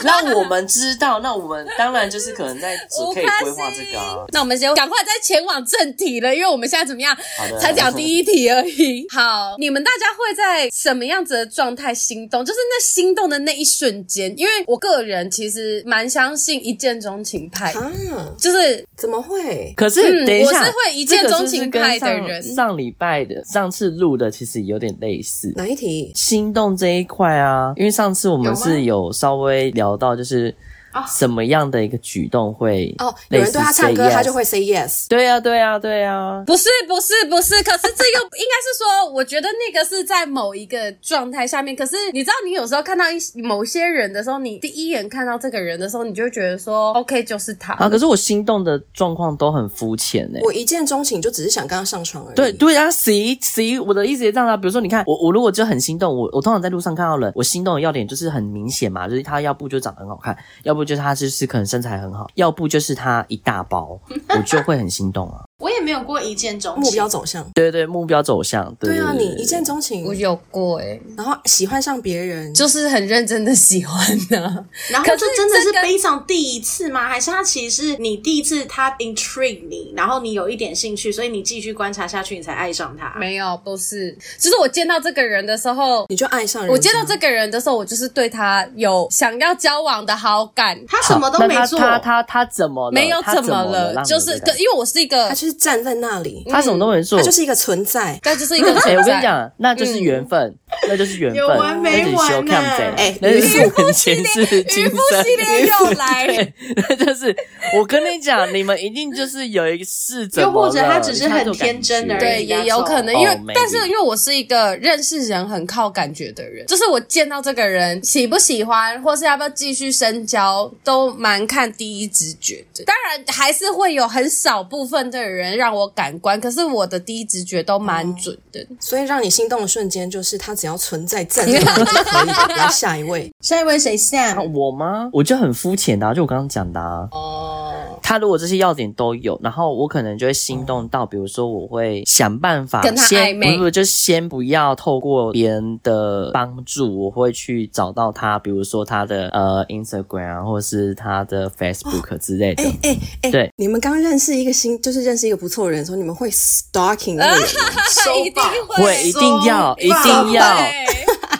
[SPEAKER 4] 让我们知道，那我们当然就是可能在可以规划这个、啊。
[SPEAKER 2] 那我们先赶快再前往正题了，因为我们现在怎么样
[SPEAKER 4] 好的
[SPEAKER 2] 才讲第一题而已。好，你们大家会在什么样子的状态心动？就是那心动的那一瞬间，因为我个人其实蛮相信一见钟情派的，
[SPEAKER 1] 啊，
[SPEAKER 2] 就是
[SPEAKER 1] 怎么会？
[SPEAKER 4] 可是、
[SPEAKER 2] 嗯
[SPEAKER 4] 等一下，
[SPEAKER 2] 我是会一见钟情派的人
[SPEAKER 4] 这个就是跟上上礼拜的上次录的其实有点类似。
[SPEAKER 1] 哪一题？
[SPEAKER 4] 心动这一块啊，因为上次我们是有稍微聊到，就是
[SPEAKER 3] 啊
[SPEAKER 4] 什么样的一个举动会
[SPEAKER 1] 哦，有人对他唱歌，
[SPEAKER 4] 类似 say
[SPEAKER 1] 他就
[SPEAKER 4] yes
[SPEAKER 1] 会 say yes。
[SPEAKER 4] 对啊，对啊，对啊。
[SPEAKER 2] 不是不是不是，可是这又应该是说，我觉得那个是在某一个状态下面。可是你知道，你有时候看到一某些人的时候，你第一眼看到这个人的时候，你就会觉得
[SPEAKER 4] <laughs>
[SPEAKER 2] 说，OK，就是他。
[SPEAKER 4] 啊，可是我心动的状况都很肤浅诶、
[SPEAKER 1] 我一见钟情就只是想跟他上床而已。
[SPEAKER 4] 对对啊，谁谁我的意思也这样啊。比如说，你看我我如果就很心动，我我通常在路上看到人，我心动的要点就是很明显嘛，就是他要不就长得很好看，要不就是他就是可能身材很好，要不就是他一大包，我就会很心动啊。
[SPEAKER 3] 我也没有过一见钟情，
[SPEAKER 1] 目标走向。
[SPEAKER 4] 对对，目标走向。对
[SPEAKER 1] 对啊，
[SPEAKER 4] 对
[SPEAKER 1] 你一见钟情
[SPEAKER 2] 我，有过诶、
[SPEAKER 1] 然后喜欢上别人，
[SPEAKER 2] 就是很认真的喜欢呢、
[SPEAKER 3] 然后
[SPEAKER 2] 可
[SPEAKER 3] 这
[SPEAKER 2] 是
[SPEAKER 3] 真的
[SPEAKER 2] 这
[SPEAKER 3] 是
[SPEAKER 2] 跟
[SPEAKER 3] 悲伤第一次吗？还是他其实是你第一次他 intrigue 你，然后你有一点兴趣，所以你继续观察下去，你才爱上他？
[SPEAKER 2] 没有，不是，就是我见到这个人的时候，
[SPEAKER 1] 你就爱上人家。
[SPEAKER 2] 我见到这个人的时候，我就是对他有想要交往的好感，
[SPEAKER 3] 他什么都
[SPEAKER 4] 好
[SPEAKER 3] 没
[SPEAKER 4] 那
[SPEAKER 3] 做，
[SPEAKER 4] 他他他他怎么了
[SPEAKER 2] 没有
[SPEAKER 4] 他怎
[SPEAKER 2] 么
[SPEAKER 4] 了？让你
[SPEAKER 2] 就是
[SPEAKER 4] 有这个
[SPEAKER 2] 跟，因为我是一个
[SPEAKER 1] 他，就是站在那里，
[SPEAKER 2] 嗯
[SPEAKER 4] 他什么都没做
[SPEAKER 1] 他，就是一个存在。
[SPEAKER 2] 但就是一个
[SPEAKER 4] 哎，我跟
[SPEAKER 2] 存
[SPEAKER 4] 你
[SPEAKER 2] 在嗯
[SPEAKER 4] 讲，那就是缘分，那就是缘
[SPEAKER 3] 有
[SPEAKER 4] 分，
[SPEAKER 3] 完没
[SPEAKER 4] 那就是
[SPEAKER 3] 完
[SPEAKER 4] 修
[SPEAKER 3] 呢
[SPEAKER 4] 看贼
[SPEAKER 1] 哎
[SPEAKER 4] 那是我们前世今
[SPEAKER 2] 渔夫
[SPEAKER 4] 生。 <laughs>
[SPEAKER 2] 系列又来，
[SPEAKER 4] 对，那就是我跟你讲，你们一定就是有一个是怎
[SPEAKER 3] 又
[SPEAKER 4] 么
[SPEAKER 3] 或
[SPEAKER 4] 了，
[SPEAKER 3] 者他只是很
[SPEAKER 4] 你看这种
[SPEAKER 3] 天真
[SPEAKER 4] 感觉
[SPEAKER 3] 而已
[SPEAKER 2] 对，也有可能，因为、
[SPEAKER 4] 哦，maybe
[SPEAKER 2] 但是因为我是一个认识人很靠感觉的人，就是我见到这个人喜不喜欢，或是要不要继续深交，都蛮看第一直觉的。当然还是会有很少部分的人让我感官，可是我的第一直觉都蛮准的。
[SPEAKER 1] 所以让你心动的瞬间，就是他只要要存在赞这个地方就可以了。
[SPEAKER 2] <laughs>
[SPEAKER 1] 来下一位，
[SPEAKER 3] 下一位谁 Sam？
[SPEAKER 4] 啊我吗？我就很肤浅的、啊，就我刚刚讲的啊。
[SPEAKER 2] 哦，
[SPEAKER 4] 他如果这些要点都有，然后我可能就会心动到，比如说我会想办法
[SPEAKER 2] 跟他
[SPEAKER 4] 先
[SPEAKER 2] 暧昧
[SPEAKER 4] 不不就先不要透过别人的帮助，我会去找到他，比如说他的呃 Instagram 啊，或者是他的
[SPEAKER 3] 哦
[SPEAKER 4] Facebook 之类的。
[SPEAKER 1] 哎哎哎，
[SPEAKER 4] 对
[SPEAKER 1] 你们刚认识一个新，就是认识一个不错的人的时候，你们会 stalking 那个人吗？
[SPEAKER 2] <laughs>
[SPEAKER 3] 收
[SPEAKER 2] 一定
[SPEAKER 3] 吧
[SPEAKER 4] 会一定要
[SPEAKER 3] 收
[SPEAKER 4] 一定要，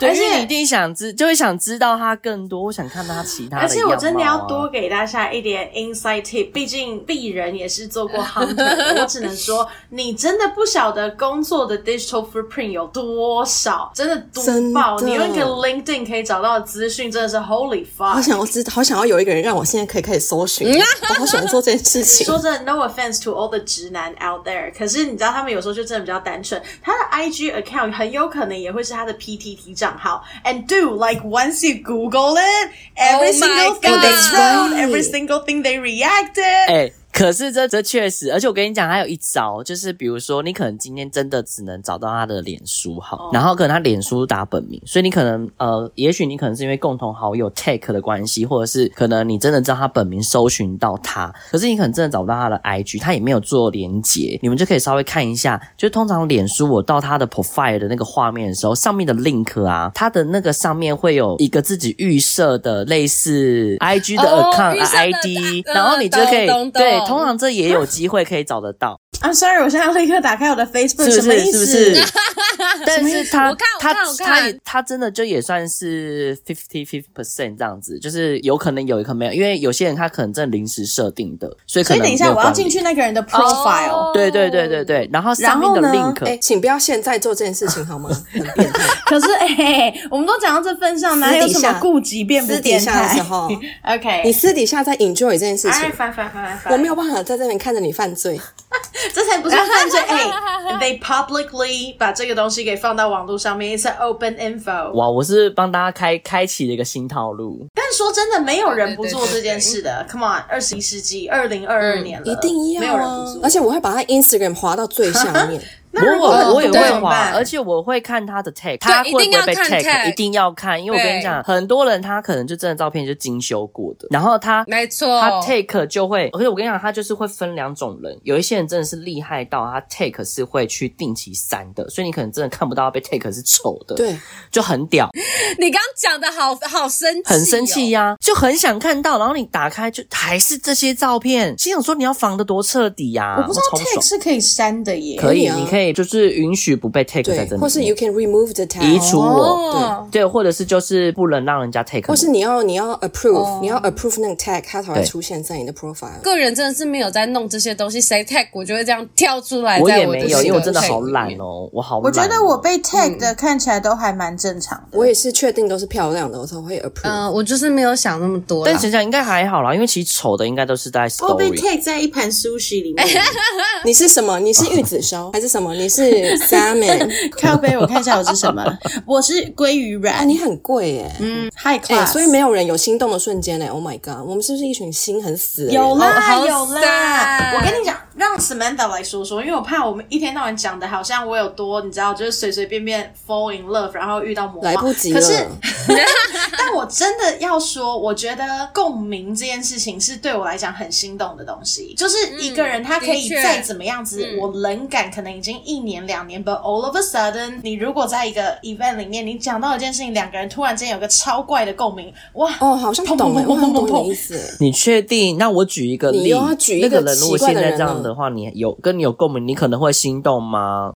[SPEAKER 2] 对
[SPEAKER 4] 对，
[SPEAKER 3] 而
[SPEAKER 4] 因
[SPEAKER 3] 且
[SPEAKER 4] 为你一定想知，就会想知道他更多，我想看到他其他的、啊
[SPEAKER 3] 而且我真的要多
[SPEAKER 4] 多，
[SPEAKER 3] 给大家一点 inside tip，毕竟鄙人也是做过 hunter，的
[SPEAKER 2] <laughs>
[SPEAKER 3] 我只能说，你真的不晓得工作的 digital footprint 有多少，真的多
[SPEAKER 1] 真
[SPEAKER 3] 爆！
[SPEAKER 1] 的
[SPEAKER 3] 你用一个 LinkedIn 可以找到的资讯，真的是 holy
[SPEAKER 1] 好
[SPEAKER 3] fuck！
[SPEAKER 1] 想要知，好想要有一个人让我现在可以开始搜寻，我好喜欢做这件事情。
[SPEAKER 3] 说真的，no offense to all the 直男 out there，可是你知道他们有时候就真的比较单纯，他的 IG account 很有可能也会是他的 PTT 账号。And do like once you Google it, every
[SPEAKER 2] Oh my
[SPEAKER 3] single thing they
[SPEAKER 1] God.
[SPEAKER 3] wrote, every single thing they reacted.
[SPEAKER 4] 哎、可是这这确实，而且我跟你讲，还有一招，就是比如说，你可能今天真的只能找到他的脸书
[SPEAKER 2] 哦
[SPEAKER 4] 号，然后可能他脸书打本名，所以你可能呃，也许你可能是因为共同好友 take 的关系，或者是可能你真的知道他本名，搜寻到他，可是你可能真的找不到他的 IG，他也没有做连接，你们就可以稍微看一下，就通常脸书我到他的 profile 的那个画面的时候，上面的 link 啊，它的那个上面会有一个自己预设的类似 IG 的
[SPEAKER 2] 哦
[SPEAKER 4] account、啊
[SPEAKER 2] 预设的
[SPEAKER 4] ID，、
[SPEAKER 2] 呃
[SPEAKER 4] 然后你就可以
[SPEAKER 2] 懂懂懂
[SPEAKER 4] 对，通常这也有机会可以找得到，
[SPEAKER 3] I'm sorry，我现在要立刻打开我的 Facebook，
[SPEAKER 4] 是
[SPEAKER 3] 什
[SPEAKER 4] 不
[SPEAKER 3] 么
[SPEAKER 4] 是？
[SPEAKER 3] 意
[SPEAKER 4] 是不
[SPEAKER 3] 思？
[SPEAKER 4] 是？但是他
[SPEAKER 2] 我看我
[SPEAKER 4] 他
[SPEAKER 2] 看我看
[SPEAKER 4] 他他真的就也算是 fifty fifty percent 这样子，就是有可能有，一个没有，因为有些人他可能正临时设定的，所以可
[SPEAKER 3] 所以
[SPEAKER 4] 能
[SPEAKER 3] 等一下
[SPEAKER 4] 没有
[SPEAKER 3] 我要
[SPEAKER 4] 管理
[SPEAKER 3] 进。去那个人的 profile，、
[SPEAKER 2] 哦
[SPEAKER 4] 对对对对对，然后上面的
[SPEAKER 3] 然后呢
[SPEAKER 4] link，
[SPEAKER 1] 哎、请不要现在做这件事情好吗？很变态。
[SPEAKER 3] <laughs> 可是 <laughs> 哎、嘿我们都讲到这份上，哪有什么顾及变不
[SPEAKER 1] 私底
[SPEAKER 3] 变
[SPEAKER 1] 下的
[SPEAKER 3] 态 <laughs>
[SPEAKER 1] 时候，
[SPEAKER 3] ？OK，
[SPEAKER 1] 你私底下在 enjoy 这件事
[SPEAKER 3] 哎，
[SPEAKER 1] 情，
[SPEAKER 3] 翻翻翻翻翻，
[SPEAKER 1] 我没有办法在这边看着你犯罪。
[SPEAKER 3] 这才不是犯罪。哎、t h e y publicly 把这个东西给放到网络上面，it's an open info。
[SPEAKER 4] 哇，我是帮大家开开启了一个新套路。
[SPEAKER 3] 但说真的，没有人不做这件事的。Come on，二十一世纪，二零二二年了、
[SPEAKER 1] 一定
[SPEAKER 3] 呃没
[SPEAKER 1] 要
[SPEAKER 3] 有人不
[SPEAKER 1] 啊
[SPEAKER 3] 做！。
[SPEAKER 1] 而且我会把他 Instagram 滑到最下面，
[SPEAKER 4] 不过我我也
[SPEAKER 2] 对
[SPEAKER 4] 会
[SPEAKER 3] 怎么
[SPEAKER 4] 滑
[SPEAKER 3] 办，
[SPEAKER 4] 而且我会看他的 tag，他会
[SPEAKER 2] 一
[SPEAKER 4] 不
[SPEAKER 2] 定要
[SPEAKER 4] 会被
[SPEAKER 2] 看
[SPEAKER 4] tag，
[SPEAKER 2] tag
[SPEAKER 4] 一定要看，因为我跟你讲，很多人他可能就真的照片就精修过的，然后他
[SPEAKER 2] 没错
[SPEAKER 4] 他 take 就会，而且我跟你讲，他就是会分两种人，有一些人真的是厉害到他 take 是会去定期删的，所以你可能真的看不到他被 take 是丑的，，
[SPEAKER 1] 对，
[SPEAKER 4] 就很屌，
[SPEAKER 2] 你刚刚讲的好好生气、哦
[SPEAKER 4] 很生气、
[SPEAKER 2] 呀、
[SPEAKER 4] 呀、就很想看到，然后你打开就还是这些照片，心想说你要防得多彻底呀、
[SPEAKER 3] 我不知道
[SPEAKER 4] 超不
[SPEAKER 3] tag
[SPEAKER 4] 爽。
[SPEAKER 3] 是可以删的耶。
[SPEAKER 4] 可
[SPEAKER 1] 以
[SPEAKER 4] 以，
[SPEAKER 1] 啊
[SPEAKER 4] 你可以就是允许不被 take 在
[SPEAKER 1] 对
[SPEAKER 4] 这，里，
[SPEAKER 1] 或是 you can remove the tag，
[SPEAKER 4] 移除我，
[SPEAKER 2] 哦，
[SPEAKER 4] 对，或者是就是不能让人家 take，
[SPEAKER 1] 或是
[SPEAKER 4] 我
[SPEAKER 1] 你要你要 approve，、你要 approve 那个 tag，它才会
[SPEAKER 4] 对
[SPEAKER 1] 出现在你的 profile。
[SPEAKER 2] 个人真的是没有在弄这些东西，谁 tag 我就会这样跳出来
[SPEAKER 4] 我
[SPEAKER 2] 在
[SPEAKER 4] 也
[SPEAKER 2] 我
[SPEAKER 4] 没
[SPEAKER 2] 的
[SPEAKER 4] 有，因为我
[SPEAKER 2] 行
[SPEAKER 4] 真的好
[SPEAKER 2] 程里
[SPEAKER 4] 懒
[SPEAKER 2] 面。
[SPEAKER 4] 哦，我好懒哦。
[SPEAKER 3] 我觉得我被 tag 的看起来都还蛮正常的。
[SPEAKER 1] 我也是确定都是漂亮的，我才会 approve。
[SPEAKER 2] 嗯、我就是没有想那么多啦。
[SPEAKER 4] 但想想应该还好啦，因为其实丑的应该都是在
[SPEAKER 3] 我被
[SPEAKER 4] story。
[SPEAKER 3] tag 在一盘 sushi 里面，
[SPEAKER 1] 你是什么？你是玉子烧还是什么？你是 salmon？
[SPEAKER 3] 靠背，我看一下我是什么， <laughs> 我是鲑鱼
[SPEAKER 1] 啊，
[SPEAKER 3] 软
[SPEAKER 1] 你很贵耶、
[SPEAKER 3] ，high
[SPEAKER 1] 哎、
[SPEAKER 3] class，
[SPEAKER 1] 所以没有人有心动的瞬间呢、oh my god，我们是不是一群心很死的人？
[SPEAKER 3] 有
[SPEAKER 2] 哦
[SPEAKER 3] 啦
[SPEAKER 2] 好
[SPEAKER 3] 有啦
[SPEAKER 2] 散，
[SPEAKER 3] 我跟你讲，让 Samantha 来说说，因为我怕我们一天到晚讲的好像我有多，你知道，就是随随便便 fall in love，然后遇到魔
[SPEAKER 1] 哦
[SPEAKER 3] 王，
[SPEAKER 1] 来不及
[SPEAKER 3] 可是
[SPEAKER 1] 了，
[SPEAKER 3] 但我真的要说，我觉得共鸣这件事情是对我来讲很心动的东西。就是一个人他可以
[SPEAKER 2] 的确
[SPEAKER 3] 再怎么样子，我冷感可能已经一年两年，but all of a sudden，你如果在一个 event 里面，你讲到一件事情，两个人突然间有个超怪的共鸣，哇！
[SPEAKER 1] 哦，好像懂了，我好像懂你的意思耶。
[SPEAKER 4] 你确定？那我举一个
[SPEAKER 1] 你
[SPEAKER 4] 例，
[SPEAKER 1] 又要举一
[SPEAKER 4] 那
[SPEAKER 1] 个
[SPEAKER 4] 个人如果
[SPEAKER 1] 奇怪
[SPEAKER 4] 现
[SPEAKER 1] 的
[SPEAKER 4] 在
[SPEAKER 1] 人
[SPEAKER 4] 这样
[SPEAKER 1] 了
[SPEAKER 4] 的话，你有跟你有共鸣，你可能会心动吗？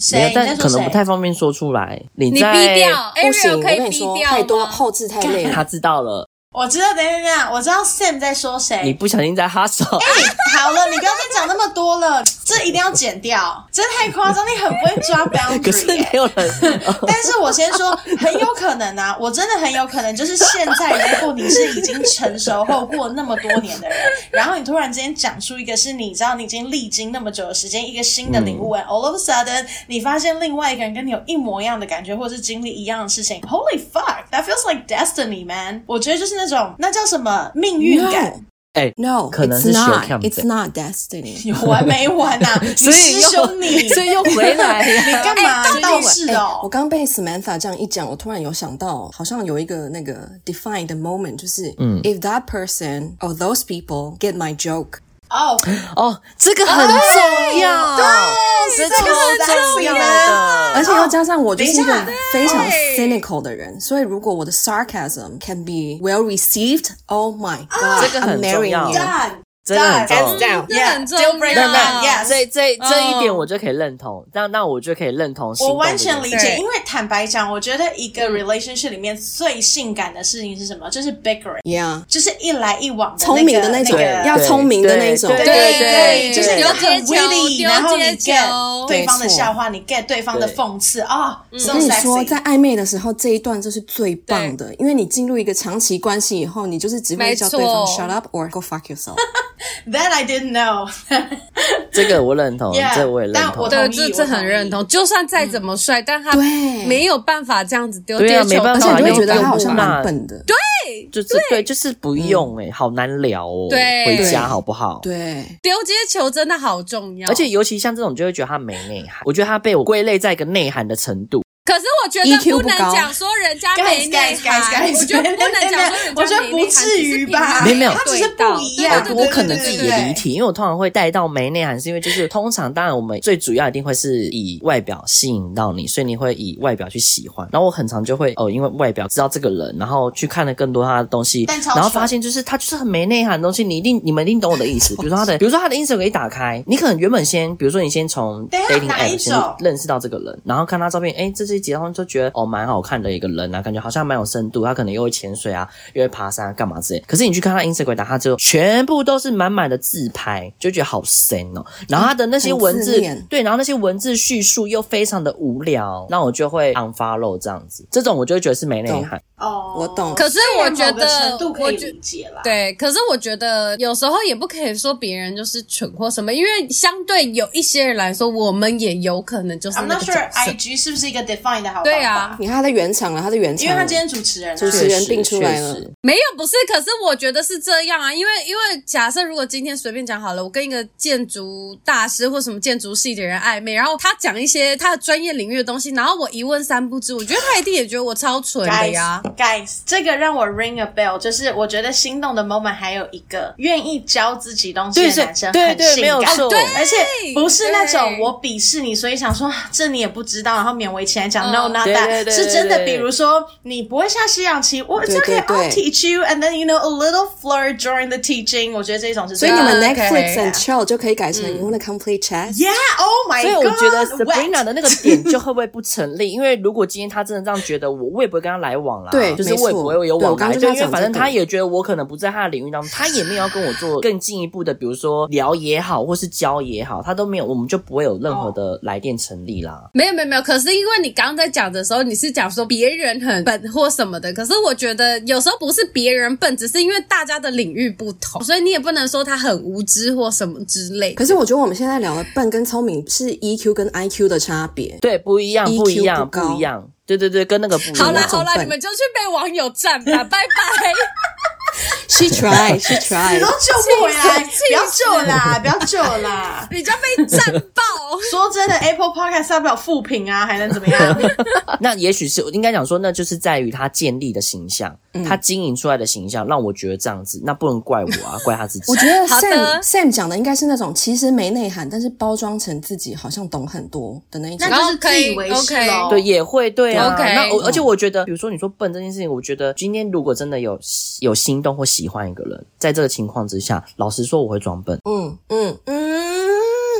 [SPEAKER 3] 谁？
[SPEAKER 4] 你
[SPEAKER 3] 你在
[SPEAKER 4] 但
[SPEAKER 3] 说
[SPEAKER 4] 可能
[SPEAKER 3] 谁
[SPEAKER 4] 不？太方便说出来。你
[SPEAKER 2] 你
[SPEAKER 4] 在
[SPEAKER 2] 逼掉
[SPEAKER 1] 不行，
[SPEAKER 2] 哎，Ariel
[SPEAKER 1] 我
[SPEAKER 2] 可以
[SPEAKER 1] 跟你
[SPEAKER 2] 逼
[SPEAKER 1] 说，
[SPEAKER 2] 掉
[SPEAKER 1] 太多
[SPEAKER 2] 吗
[SPEAKER 1] 后置太累
[SPEAKER 4] 他
[SPEAKER 1] 了。
[SPEAKER 4] 知道了，
[SPEAKER 3] 我知道，等等等等，我知道 Sam 在说
[SPEAKER 4] 你
[SPEAKER 3] 谁。
[SPEAKER 4] 不小心在哈手。
[SPEAKER 3] 好了，你不要再讲那么多了，这一定要剪掉，真的太夸张，你很不会抓 boundary、欸。
[SPEAKER 4] <laughs> 可是没有人，哦
[SPEAKER 3] 但是我先说，很有可能啊， <laughs> 我真的很有可能，就是现在如果你是已经成熟后过那么多年的人，然后你突然之间讲出一个是你知道你已经历经那么久的时间一个新的领悟、
[SPEAKER 1] 嗯
[SPEAKER 3] a n d all of a sudden 你发现另外一个人跟你有一模一样的感觉，或者是经历一样的事情，Holy fuck，that feels like destiny man。我觉得就是那种那叫什么命运感。
[SPEAKER 1] No
[SPEAKER 4] 哎、
[SPEAKER 1] No,
[SPEAKER 4] 可能
[SPEAKER 1] it's
[SPEAKER 4] 是
[SPEAKER 1] not.
[SPEAKER 4] Showcam
[SPEAKER 1] It's not destiny.
[SPEAKER 3] 有完没
[SPEAKER 1] <laughs>
[SPEAKER 3] 完呐、你
[SPEAKER 1] 所以
[SPEAKER 3] 师
[SPEAKER 1] 又
[SPEAKER 3] 兄
[SPEAKER 1] <laughs>
[SPEAKER 3] 你，
[SPEAKER 1] 所以又回来
[SPEAKER 3] <laughs>
[SPEAKER 1] 了。
[SPEAKER 3] 你干嘛
[SPEAKER 1] 哎
[SPEAKER 3] 倒是的哦
[SPEAKER 1] 哎我刚被 Samantha 这样一讲，我突然有想到，好像有一个那个 defined moment，就是，嗯，if that person or those people get my joke，
[SPEAKER 3] 哦，
[SPEAKER 1] 哎
[SPEAKER 4] 哦，这个很重要，对，这
[SPEAKER 3] 这个很重要
[SPEAKER 4] 的。
[SPEAKER 1] 而且又加上我就是一
[SPEAKER 3] 等一
[SPEAKER 1] 个
[SPEAKER 3] 下
[SPEAKER 1] 非常
[SPEAKER 2] 对
[SPEAKER 1] cynical 的人，所以如果我的 sarcasm can be well received，Oh my God，
[SPEAKER 4] 这个很
[SPEAKER 1] I'm marrying
[SPEAKER 4] 重要
[SPEAKER 1] you Oh.
[SPEAKER 3] 干
[SPEAKER 4] 真的很重要
[SPEAKER 3] Hands down.
[SPEAKER 2] 这很重
[SPEAKER 3] Yeah, deal breaker.
[SPEAKER 2] 要。
[SPEAKER 3] No, no, yes.
[SPEAKER 4] 这这
[SPEAKER 2] 嗯
[SPEAKER 4] 这一点我就可以认同，那那我就可以认同心
[SPEAKER 3] 我
[SPEAKER 4] 动的
[SPEAKER 3] 完
[SPEAKER 4] 人生。
[SPEAKER 3] 全理
[SPEAKER 2] 对
[SPEAKER 3] 解，因为坦白讲，我觉得一
[SPEAKER 1] 嗯
[SPEAKER 3] 个 relationship 里面最性感的事情是什么？就是 bickering，
[SPEAKER 1] ，Yeah，
[SPEAKER 3] 就是一来一往的、
[SPEAKER 1] 聪明的
[SPEAKER 3] 那
[SPEAKER 1] 那
[SPEAKER 3] 个
[SPEAKER 1] 种，
[SPEAKER 3] 那个
[SPEAKER 1] 要聪明的那
[SPEAKER 4] 对
[SPEAKER 1] 种，
[SPEAKER 3] 对
[SPEAKER 4] 对
[SPEAKER 2] 对
[SPEAKER 3] 就是
[SPEAKER 4] 对
[SPEAKER 3] 你
[SPEAKER 2] 丢
[SPEAKER 3] 很
[SPEAKER 2] 接球
[SPEAKER 3] witty，然后你
[SPEAKER 2] 丢接
[SPEAKER 3] get
[SPEAKER 2] 球
[SPEAKER 3] 对方的
[SPEAKER 1] 没错
[SPEAKER 3] 笑话，你 get 对方的
[SPEAKER 4] 对
[SPEAKER 3] 讽刺啊，so
[SPEAKER 1] 我跟你说，在
[SPEAKER 3] sexy。
[SPEAKER 1] 暧昧的时候，这一段就是最棒的，因为你进入一个长期关系以后，你就是只会
[SPEAKER 2] 没
[SPEAKER 1] 叫
[SPEAKER 2] 错
[SPEAKER 1] 对方 shut up or go fuck yourself。
[SPEAKER 3] That I didn't know
[SPEAKER 4] 这个我认同
[SPEAKER 3] Yeah，
[SPEAKER 4] 这我也认
[SPEAKER 3] 但我
[SPEAKER 4] 同。嗯
[SPEAKER 3] 同
[SPEAKER 2] 对，
[SPEAKER 3] 意
[SPEAKER 2] 这这很认同。就算再怎么帅，但他
[SPEAKER 1] 对
[SPEAKER 2] 没有办法这样子丢
[SPEAKER 4] 对
[SPEAKER 2] 接
[SPEAKER 4] 啊
[SPEAKER 2] 球，
[SPEAKER 4] 没办
[SPEAKER 1] 而且
[SPEAKER 4] 法
[SPEAKER 1] 你会觉得
[SPEAKER 4] 有
[SPEAKER 1] 他好
[SPEAKER 4] 感
[SPEAKER 1] 像
[SPEAKER 4] 嘛
[SPEAKER 1] 蛮笨的，
[SPEAKER 4] 就是对，就是不用哎、好难聊哦。
[SPEAKER 2] 嗯对
[SPEAKER 4] 回家好不好？
[SPEAKER 1] 对
[SPEAKER 2] 丢接球真的好重要。
[SPEAKER 4] 而且，尤其像这种，就会觉得他没内涵。我觉得他被我归类在一个内涵的程度。
[SPEAKER 2] 可是我
[SPEAKER 4] E
[SPEAKER 2] 觉
[SPEAKER 1] EQ
[SPEAKER 2] 得
[SPEAKER 1] 不
[SPEAKER 2] 能
[SPEAKER 1] 高
[SPEAKER 2] 讲说人家没
[SPEAKER 3] Guys,
[SPEAKER 2] 内
[SPEAKER 3] guys, guys,
[SPEAKER 2] 涵，
[SPEAKER 3] guys，
[SPEAKER 2] 我觉得不能讲说人
[SPEAKER 3] <laughs> 我觉
[SPEAKER 2] 家
[SPEAKER 3] 得
[SPEAKER 2] 没
[SPEAKER 3] 不
[SPEAKER 2] 内涵，
[SPEAKER 3] 至于吧，
[SPEAKER 4] 没有没有
[SPEAKER 3] 他只是不一样。
[SPEAKER 2] 对
[SPEAKER 4] 哦我
[SPEAKER 2] 对
[SPEAKER 4] 可能自己
[SPEAKER 3] 对对
[SPEAKER 4] 也
[SPEAKER 3] 对
[SPEAKER 4] 离题，因为我通常会带到没内涵，是因为就是通常当然我们最主要一定会是以外表吸引到你，所以你会以外表去喜欢。然后我很常就会哦，因为外表知道这个人，然后去看了更多他的东西，
[SPEAKER 3] 但超
[SPEAKER 4] 然后
[SPEAKER 3] 蠢
[SPEAKER 4] 发现就是他就是很没内涵的东西。你一定你们一定懂我
[SPEAKER 2] <laughs>
[SPEAKER 4] 的意思。比如说他的，比如说他的 Instagram 一打开，你可能原本先，比如说你先从
[SPEAKER 3] 等一下
[SPEAKER 4] dating
[SPEAKER 3] 哪一
[SPEAKER 4] app 先
[SPEAKER 3] 种
[SPEAKER 4] 认识到这个人，然后看他照片，哎，这是一集然后就觉得哦蛮好看的一个人啊，感觉好像蛮有深度，他可能又会潜水啊，又会爬山啊，干嘛之类。可是你去看他 Instagram，打他之后全部都是满满的自拍，就觉得好神哦。然后他的那些
[SPEAKER 1] 很
[SPEAKER 4] 文
[SPEAKER 1] 自
[SPEAKER 4] 字，
[SPEAKER 1] 恋
[SPEAKER 4] 对，然后那些文字叙述又非常的无聊，那我就会 unfollow 这样子，这种我就会觉得是没内
[SPEAKER 1] 懂
[SPEAKER 4] 涵。
[SPEAKER 3] 哦，
[SPEAKER 1] 我懂
[SPEAKER 2] 可是我觉得
[SPEAKER 3] 虽然某个程度可以
[SPEAKER 2] 我觉
[SPEAKER 3] 理解啦。
[SPEAKER 2] 对，可是我觉得有时候也不可以说别人就是蠢或什么，因为相对有一些人来说，我们也有可能就是
[SPEAKER 3] I'm
[SPEAKER 2] 那
[SPEAKER 3] not
[SPEAKER 2] 个
[SPEAKER 3] sure
[SPEAKER 2] 角色。
[SPEAKER 3] IG 是不是一个 define 的好方法？
[SPEAKER 2] 对啊，
[SPEAKER 1] 你看他的原厂了，他的原厂
[SPEAKER 3] 因
[SPEAKER 1] 了，
[SPEAKER 3] 为他今天主持人啊，
[SPEAKER 1] 主持
[SPEAKER 4] 确
[SPEAKER 1] 人
[SPEAKER 4] 实
[SPEAKER 1] 病出来
[SPEAKER 4] 确
[SPEAKER 1] 了
[SPEAKER 4] 实
[SPEAKER 2] 没有不是，可是我觉得是这样啊，因为因为假设如果今天随便讲好了，我跟一个建筑大师或什么建筑系的人暧昧，然后他讲一些他的专业领域的东西，然后我一问三不知，我觉得他一定也觉得我超蠢的
[SPEAKER 3] Guys,
[SPEAKER 2] 呀。
[SPEAKER 3] guys，这个让我 ring a bell，就是我觉得心动的 moment 还有一个愿意教自己东西
[SPEAKER 4] 对
[SPEAKER 3] 的
[SPEAKER 4] 是
[SPEAKER 3] 男生
[SPEAKER 4] 对
[SPEAKER 3] 很
[SPEAKER 4] 对没有
[SPEAKER 3] 性感，
[SPEAKER 4] 错对
[SPEAKER 3] 而且不是那种
[SPEAKER 2] 对
[SPEAKER 3] 我鄙视你，所以想说啊这你也不知道，然后勉为其难讲
[SPEAKER 2] 嗯
[SPEAKER 3] no not
[SPEAKER 4] 对
[SPEAKER 3] that，
[SPEAKER 4] 啊对对
[SPEAKER 3] 是真的。
[SPEAKER 4] 对
[SPEAKER 3] 比
[SPEAKER 4] 对
[SPEAKER 3] 如说你不会下西洋棋，我
[SPEAKER 1] 对
[SPEAKER 3] it's
[SPEAKER 1] 对
[SPEAKER 3] okay
[SPEAKER 1] 对
[SPEAKER 3] I'll teach you and then you know a little flirt during the teaching，我觉得这种是
[SPEAKER 1] 所以你们
[SPEAKER 2] 对啊
[SPEAKER 1] Netflix
[SPEAKER 2] OK
[SPEAKER 1] and chill 就可以改成 you wanna complete chat。
[SPEAKER 3] Yeah，Oh oh my
[SPEAKER 4] <laughs> 所以
[SPEAKER 1] 哎
[SPEAKER 3] God，
[SPEAKER 4] 我觉得
[SPEAKER 3] wet
[SPEAKER 4] Sabrina 的那个点就会不会不成立？因为如果今天他真的这样觉得我，我也不会跟他来往啦。
[SPEAKER 1] 对
[SPEAKER 4] 就是我也不会有往来，
[SPEAKER 1] 没错对我刚刚
[SPEAKER 4] 就
[SPEAKER 1] 就
[SPEAKER 4] 因为反
[SPEAKER 1] 想
[SPEAKER 4] 正
[SPEAKER 1] 讲这个
[SPEAKER 4] 他也觉得我可能不在他的领域当中，他也没有要跟我做更进一步的，比如说聊也好，或是交也好，他都没有，我们就不会有任何
[SPEAKER 1] 哦
[SPEAKER 4] 的来电成立啦。
[SPEAKER 2] 没有没有没有，可是因为你刚刚在讲的时候，你是讲说别人很笨或什么的，可是我觉得有时候不是别人笨，只是因为大家的领域不同，所以你也不能说他很无知或什么之类的。
[SPEAKER 1] 可是我觉得我们现在聊的笨跟聪明是 EQ 跟 IQ 的差别。
[SPEAKER 4] 对，不一样，
[SPEAKER 1] EQ
[SPEAKER 4] 不一样，
[SPEAKER 1] E 不高
[SPEAKER 4] 不一样。对对对，跟那个不一样。
[SPEAKER 2] 好啦
[SPEAKER 1] 那种
[SPEAKER 2] 好啦，
[SPEAKER 1] 笨
[SPEAKER 2] 你们就去被网友占 <laughs> 吧，拜拜。
[SPEAKER 1] She tried, she
[SPEAKER 3] 你
[SPEAKER 1] tried
[SPEAKER 3] 都。救不回来，
[SPEAKER 2] 气死
[SPEAKER 3] 不要救啦，不要救啦。
[SPEAKER 2] 你就被占爆。
[SPEAKER 3] 说真的，Apple Podcast 要不了负评啊，还能怎么
[SPEAKER 4] <laughs>
[SPEAKER 3] 样？
[SPEAKER 4] <laughs> 那也许是应该讲说，那就是在于他建立的形象，
[SPEAKER 1] 嗯
[SPEAKER 4] 他经营出来的形象，让我觉得这样子，那不能怪我
[SPEAKER 1] <laughs>
[SPEAKER 4] 啊，怪他自
[SPEAKER 1] <laughs>
[SPEAKER 4] 己。
[SPEAKER 1] 我觉得
[SPEAKER 2] 好
[SPEAKER 1] Sam
[SPEAKER 2] 的
[SPEAKER 1] Sam 讲的应该是那种其实没内涵，但是包装成自己好像懂很多的那一种
[SPEAKER 3] 那。就是自以为是
[SPEAKER 2] 然
[SPEAKER 3] 喽。
[SPEAKER 2] 后
[SPEAKER 4] 对，，也会对啊。
[SPEAKER 2] OK
[SPEAKER 4] 那我而
[SPEAKER 1] 嗯
[SPEAKER 4] 且我觉得，比如说你说笨这件事情，我觉得今天如果真的有有心动或喜欢一个人，在这个情况之下，老实说我会装笨。
[SPEAKER 1] 嗯嗯嗯，